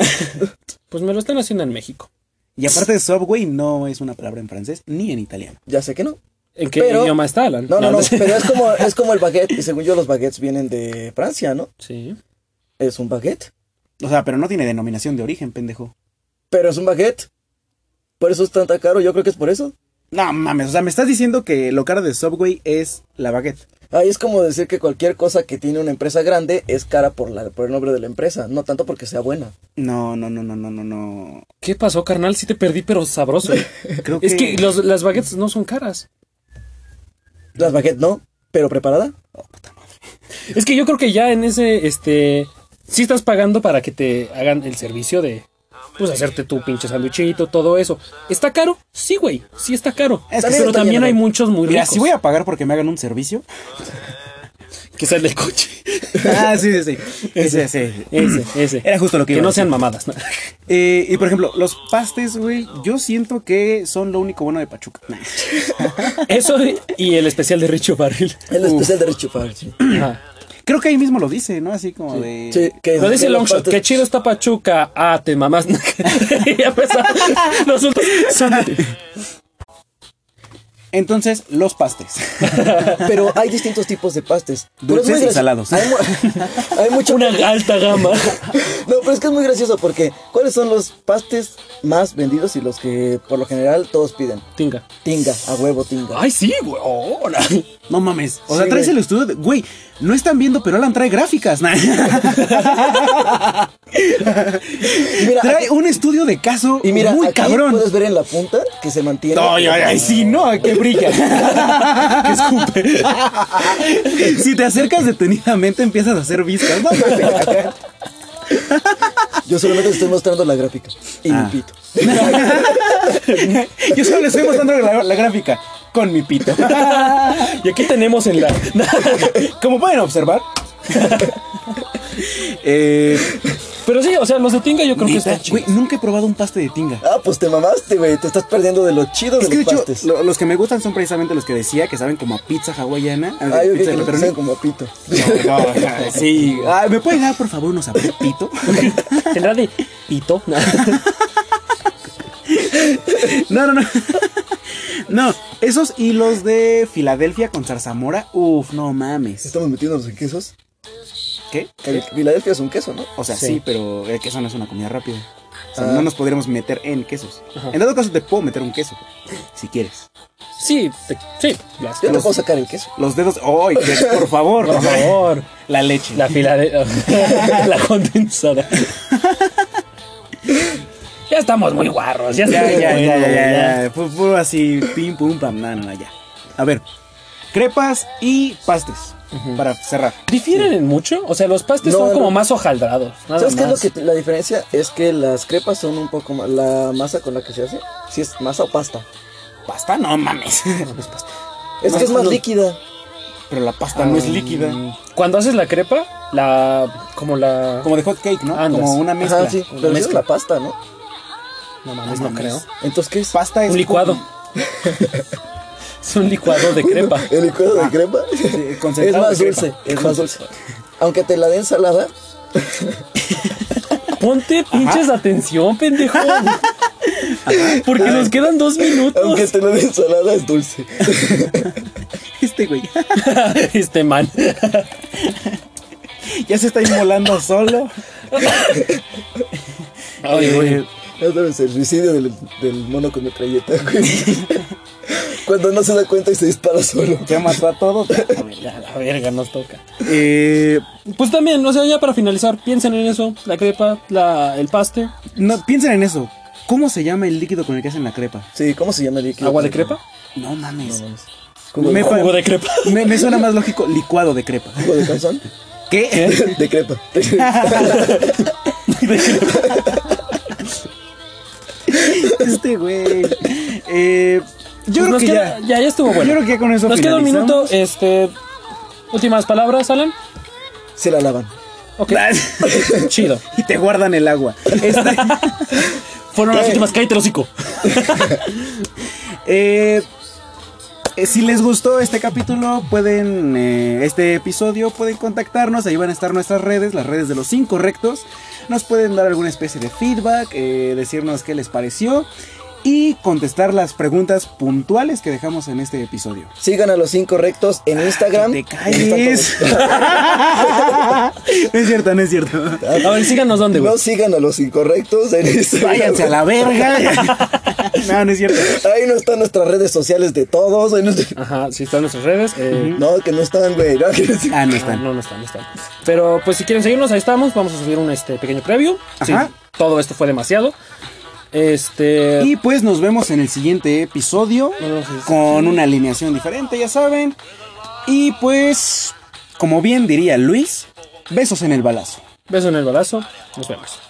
[SPEAKER 2] Pues me lo están haciendo en México.
[SPEAKER 3] Y aparte de Subway, no es una palabra en francés ni en italiano.
[SPEAKER 1] Ya sé que no.
[SPEAKER 2] ¿En qué
[SPEAKER 1] Pero-
[SPEAKER 2] idioma está Alan?
[SPEAKER 1] No, no, no,
[SPEAKER 2] sé.
[SPEAKER 1] pero es como, es como el baguette. Y según yo, los baguettes vienen de Francia, ¿no?
[SPEAKER 2] Sí.
[SPEAKER 1] Es un baguette.
[SPEAKER 3] O sea, pero no tiene denominación de origen, pendejo.
[SPEAKER 1] Pero es un baguette. Por eso es tan tan caro. Yo creo que es por eso.
[SPEAKER 3] No mames, o sea, me estás diciendo que lo caro de Subway es la baguette.
[SPEAKER 1] Ahí es como decir que cualquier cosa que tiene una empresa grande es cara por, la, por el nombre de la empresa. No tanto porque sea buena.
[SPEAKER 3] No, no, no, no, no, no, no.
[SPEAKER 2] ¿Qué pasó, carnal? Sí te perdí, pero sabroso.
[SPEAKER 3] Creo
[SPEAKER 2] es que los- las baguettes no son caras.
[SPEAKER 1] Las baguettes no, pero preparada.
[SPEAKER 2] Es que yo creo que ya en ese, este, sí estás pagando para que te hagan el servicio de, pues, hacerte tu pinche sanduichito, todo eso. ¿Está caro? Sí, güey, sí está caro.
[SPEAKER 3] Es que
[SPEAKER 2] pero
[SPEAKER 1] está
[SPEAKER 2] también
[SPEAKER 1] lleno,
[SPEAKER 2] hay
[SPEAKER 1] güey.
[SPEAKER 2] muchos muy
[SPEAKER 3] Mira,
[SPEAKER 2] ricos.
[SPEAKER 3] si voy a pagar porque me hagan un servicio.
[SPEAKER 2] Que sea el del coche.
[SPEAKER 3] ah, sí, sí, sí. Ese, ese.
[SPEAKER 2] Ese, ese.
[SPEAKER 3] Era justo lo que
[SPEAKER 2] Que
[SPEAKER 3] iba a
[SPEAKER 2] no
[SPEAKER 3] decir.
[SPEAKER 2] sean mamadas. ¿no?
[SPEAKER 3] Eh, y por ejemplo, los pastes, güey, yo siento que son lo único bueno de Pachuca. Nah.
[SPEAKER 2] Eso y el especial de Richo Barril.
[SPEAKER 1] El especial de Richie Farr, sí.
[SPEAKER 2] Ajá.
[SPEAKER 3] Creo que ahí mismo lo dice, ¿no? Así como de.
[SPEAKER 1] Sí, que-
[SPEAKER 2] Lo dice
[SPEAKER 1] que las
[SPEAKER 2] Longshot,
[SPEAKER 1] partes-
[SPEAKER 2] qué chido está Pachuca. Ah, te mamás. ya empezó. Los otros son-
[SPEAKER 3] Entonces, los pastes.
[SPEAKER 1] Pero hay distintos tipos de pastes. Pero es
[SPEAKER 3] Dulces
[SPEAKER 1] muy
[SPEAKER 3] y
[SPEAKER 1] graci-
[SPEAKER 3] salados.
[SPEAKER 1] Hay, mu- hay mucho.
[SPEAKER 2] una alta gama.
[SPEAKER 1] No, pero es que es muy gracioso porque ¿cuáles son los pastes más vendidos y los que por lo general todos piden?
[SPEAKER 2] Tinga.
[SPEAKER 1] Tinga, a huevo, tinga.
[SPEAKER 2] Ay, sí, güey. Hola.
[SPEAKER 3] No mames. O sea,
[SPEAKER 1] Sí,
[SPEAKER 3] traes
[SPEAKER 1] güey.
[SPEAKER 3] el estudio de. Güey, no están viendo, pero Alan trae gráficas. Nah.
[SPEAKER 1] Mira,
[SPEAKER 3] trae
[SPEAKER 1] aquí-
[SPEAKER 3] un estudio de caso
[SPEAKER 1] y mira,
[SPEAKER 3] muy
[SPEAKER 1] aquí
[SPEAKER 3] cabrón.
[SPEAKER 1] puedes ver en la punta que se mantiene.
[SPEAKER 3] Ay, ay, ay, sí, no, que brilla. que escupe. si te acercas detenidamente, empiezas a hacer vistas. No, mames.
[SPEAKER 1] Yo solamente te estoy mostrando la gráfica. Y mi
[SPEAKER 3] Ah.
[SPEAKER 1] pito.
[SPEAKER 3] Yo solo le estoy mostrando la, la gráfica con mi pito.
[SPEAKER 2] Y aquí tenemos en la.
[SPEAKER 3] Como pueden observar. eh,
[SPEAKER 2] Pero sí, o sea, los de Tinga yo creo que
[SPEAKER 3] neta,
[SPEAKER 2] están
[SPEAKER 3] güey,
[SPEAKER 2] chidos.
[SPEAKER 3] nunca he probado un paste de tinga.
[SPEAKER 1] Ah, pues te mamaste, güey. Te estás perdiendo de lo chido
[SPEAKER 3] Es
[SPEAKER 1] de
[SPEAKER 3] que de
[SPEAKER 1] los
[SPEAKER 3] hecho,
[SPEAKER 1] pastes.
[SPEAKER 3] lo- los que me gustan son precisamente los que decía que saben como a pizza hawaiana. a
[SPEAKER 1] Ay, yo
[SPEAKER 3] pizza
[SPEAKER 1] creo que
[SPEAKER 3] de
[SPEAKER 1] lo
[SPEAKER 3] pepperoni.
[SPEAKER 1] saben como a pito.
[SPEAKER 3] No, no, no, Ah. sí. Ay, ¿Me puedes dar por favor unos apretitos?
[SPEAKER 2] Tendrá de pito.
[SPEAKER 3] No, no, no. No, esos y los de Filadelfia con zarzamora. Uf, no mames.
[SPEAKER 1] Estamos metiéndonos en quesos.
[SPEAKER 3] ¿Qué?
[SPEAKER 1] El Filadelfia es un queso, ¿no?
[SPEAKER 3] O sea, sí,
[SPEAKER 2] Sí.
[SPEAKER 3] pero el queso no es una comida rápida. O sea,
[SPEAKER 1] Ah.
[SPEAKER 3] no nos podríamos meter en quesos.
[SPEAKER 2] Ajá.
[SPEAKER 3] En dado caso, te puedo meter un queso, si quieres.
[SPEAKER 2] Sí, te- sí, las-
[SPEAKER 1] Yo te
[SPEAKER 3] Los-
[SPEAKER 1] puedo sacar el queso.
[SPEAKER 3] Los dedos. ¡Ay, que- por favor!
[SPEAKER 2] por favor.
[SPEAKER 3] La leche.
[SPEAKER 2] La fila de. la condensada. ya estamos muy guarros. Ya,
[SPEAKER 3] Ya,
[SPEAKER 2] estuvo
[SPEAKER 3] ya,
[SPEAKER 2] bueno,
[SPEAKER 3] ya, ya,
[SPEAKER 2] güey,
[SPEAKER 3] ya, ya. Fue, fue así, pim, pum, pam, nada, nada, ya. A ver, crepas y pastes. Para cerrar.
[SPEAKER 2] ¿Difieren en mucho? O sea, los pastes
[SPEAKER 1] No,
[SPEAKER 2] son como
[SPEAKER 1] no.
[SPEAKER 2] más hojaldrados. nada
[SPEAKER 1] ¿Sabes qué es lo
[SPEAKER 2] más.
[SPEAKER 1] que la diferencia? Es que las crepas son un poco más. La masa con la que se hace. Si es masa o pasta.
[SPEAKER 3] Pasta, no mames.
[SPEAKER 1] Es que es más
[SPEAKER 3] Los-
[SPEAKER 1] líquida.
[SPEAKER 3] Pero la pasta no es líquida.
[SPEAKER 2] Cuando haces la crepa, la. Como la.
[SPEAKER 3] Como de hot cake, ¿no?
[SPEAKER 2] Andas.
[SPEAKER 3] Como una mezcla.
[SPEAKER 1] Ajá, sí.
[SPEAKER 3] una
[SPEAKER 1] Pero eso es
[SPEAKER 3] mezcla.
[SPEAKER 1] la pasta, ¿no?
[SPEAKER 2] No mames, no creo.
[SPEAKER 1] Entonces, ¿qué es?
[SPEAKER 3] Pasta es
[SPEAKER 2] Un licuado. es un licuado de crepa.
[SPEAKER 1] ¿El licuado de crepa? es
[SPEAKER 3] concentrado
[SPEAKER 1] más
[SPEAKER 3] de
[SPEAKER 1] dulce.
[SPEAKER 3] crepa.
[SPEAKER 1] Es más dulce. Aunque te la den salada.
[SPEAKER 2] Ponte pinches atención, pendejo. Porque nos quedan dos
[SPEAKER 1] Aunque
[SPEAKER 2] minutos.
[SPEAKER 1] te la den salada, es dulce.
[SPEAKER 3] Este güey
[SPEAKER 2] este man.
[SPEAKER 3] ya se está inmolando solo. Eh,
[SPEAKER 2] Ay, güey.
[SPEAKER 1] Otra vez el suicidio del, del mono con metralleta, güey. Cuando no se da cuenta y se dispara solo.
[SPEAKER 3] Ya mató a todos. A ver, ya.
[SPEAKER 2] Ya, la verga nos toca.
[SPEAKER 3] Eh,
[SPEAKER 2] Pues también, o sea, ya para finalizar, piensen en eso. La crepa, la, el paste.
[SPEAKER 3] no, piensen en eso. ¿Cómo se llama el líquido con el que hacen la crepa?
[SPEAKER 1] Sí, ¿cómo se llama el líquido?
[SPEAKER 2] ¿Agua de crepa?
[SPEAKER 3] No mames.
[SPEAKER 1] ¿Jugo de,
[SPEAKER 3] Me-
[SPEAKER 2] Jugo de crepa. Pues
[SPEAKER 3] Me, me suena más lógico licuado de crepa.
[SPEAKER 1] jugo de calzón?
[SPEAKER 3] ¿Qué?
[SPEAKER 1] De crepa.
[SPEAKER 3] Este güey. Eh,
[SPEAKER 2] Pues
[SPEAKER 3] yo creo
[SPEAKER 2] nos
[SPEAKER 3] que
[SPEAKER 2] queda-
[SPEAKER 3] ya.
[SPEAKER 2] ya, ya estuvo bueno.
[SPEAKER 3] Yo creo que ya con eso
[SPEAKER 2] Nos queda un
[SPEAKER 3] finalizamos.
[SPEAKER 2] minuto, este. Últimas palabras, Alan.
[SPEAKER 1] Se la lavan.
[SPEAKER 2] Ok. Chido.
[SPEAKER 3] Y te guardan el agua. Este,
[SPEAKER 2] Fueron las
[SPEAKER 1] ¿Qué?
[SPEAKER 2] últimas. Cállate el hocico.
[SPEAKER 3] eh, Eh, Si les gustó este capítulo, pueden, eh, este episodio, pueden contactarnos. Ahí van a estar nuestras redes, las redes de los incorrectos. Nos pueden dar alguna especie de feedback, eh, decirnos qué les pareció y contestar las preguntas puntuales que dejamos en este episodio.
[SPEAKER 1] Sigan a los incorrectos en Instagram.
[SPEAKER 3] ¡Te calles! no es cierto, no es cierto.
[SPEAKER 2] A ver, síganos dónde, güey.
[SPEAKER 1] No sigan a los incorrectos en Instagram.
[SPEAKER 3] Váyanse a la verga. no, no es cierto.
[SPEAKER 1] Ahí no están nuestras redes sociales de todos. ahí no, está-
[SPEAKER 2] Ajá, sí, están en nuestras redes. eh,
[SPEAKER 1] No, que no están, güey. no, que no están.
[SPEAKER 3] Ah, no
[SPEAKER 2] Ah,
[SPEAKER 3] están.
[SPEAKER 2] No, no están, no están. Pero pues si quieren seguirnos, ahí estamos. Vamos a subir un este pequeño preview. Sí,
[SPEAKER 3] Ajá.
[SPEAKER 2] todo esto fue demasiado. Este.
[SPEAKER 3] Y pues nos vemos en el siguiente episodio
[SPEAKER 2] No, sí, sí.
[SPEAKER 3] con una alineación diferente, ya saben. Y pues, como bien diría Luis, besos en el balazo.
[SPEAKER 2] Beso en el balazo. Nos vemos.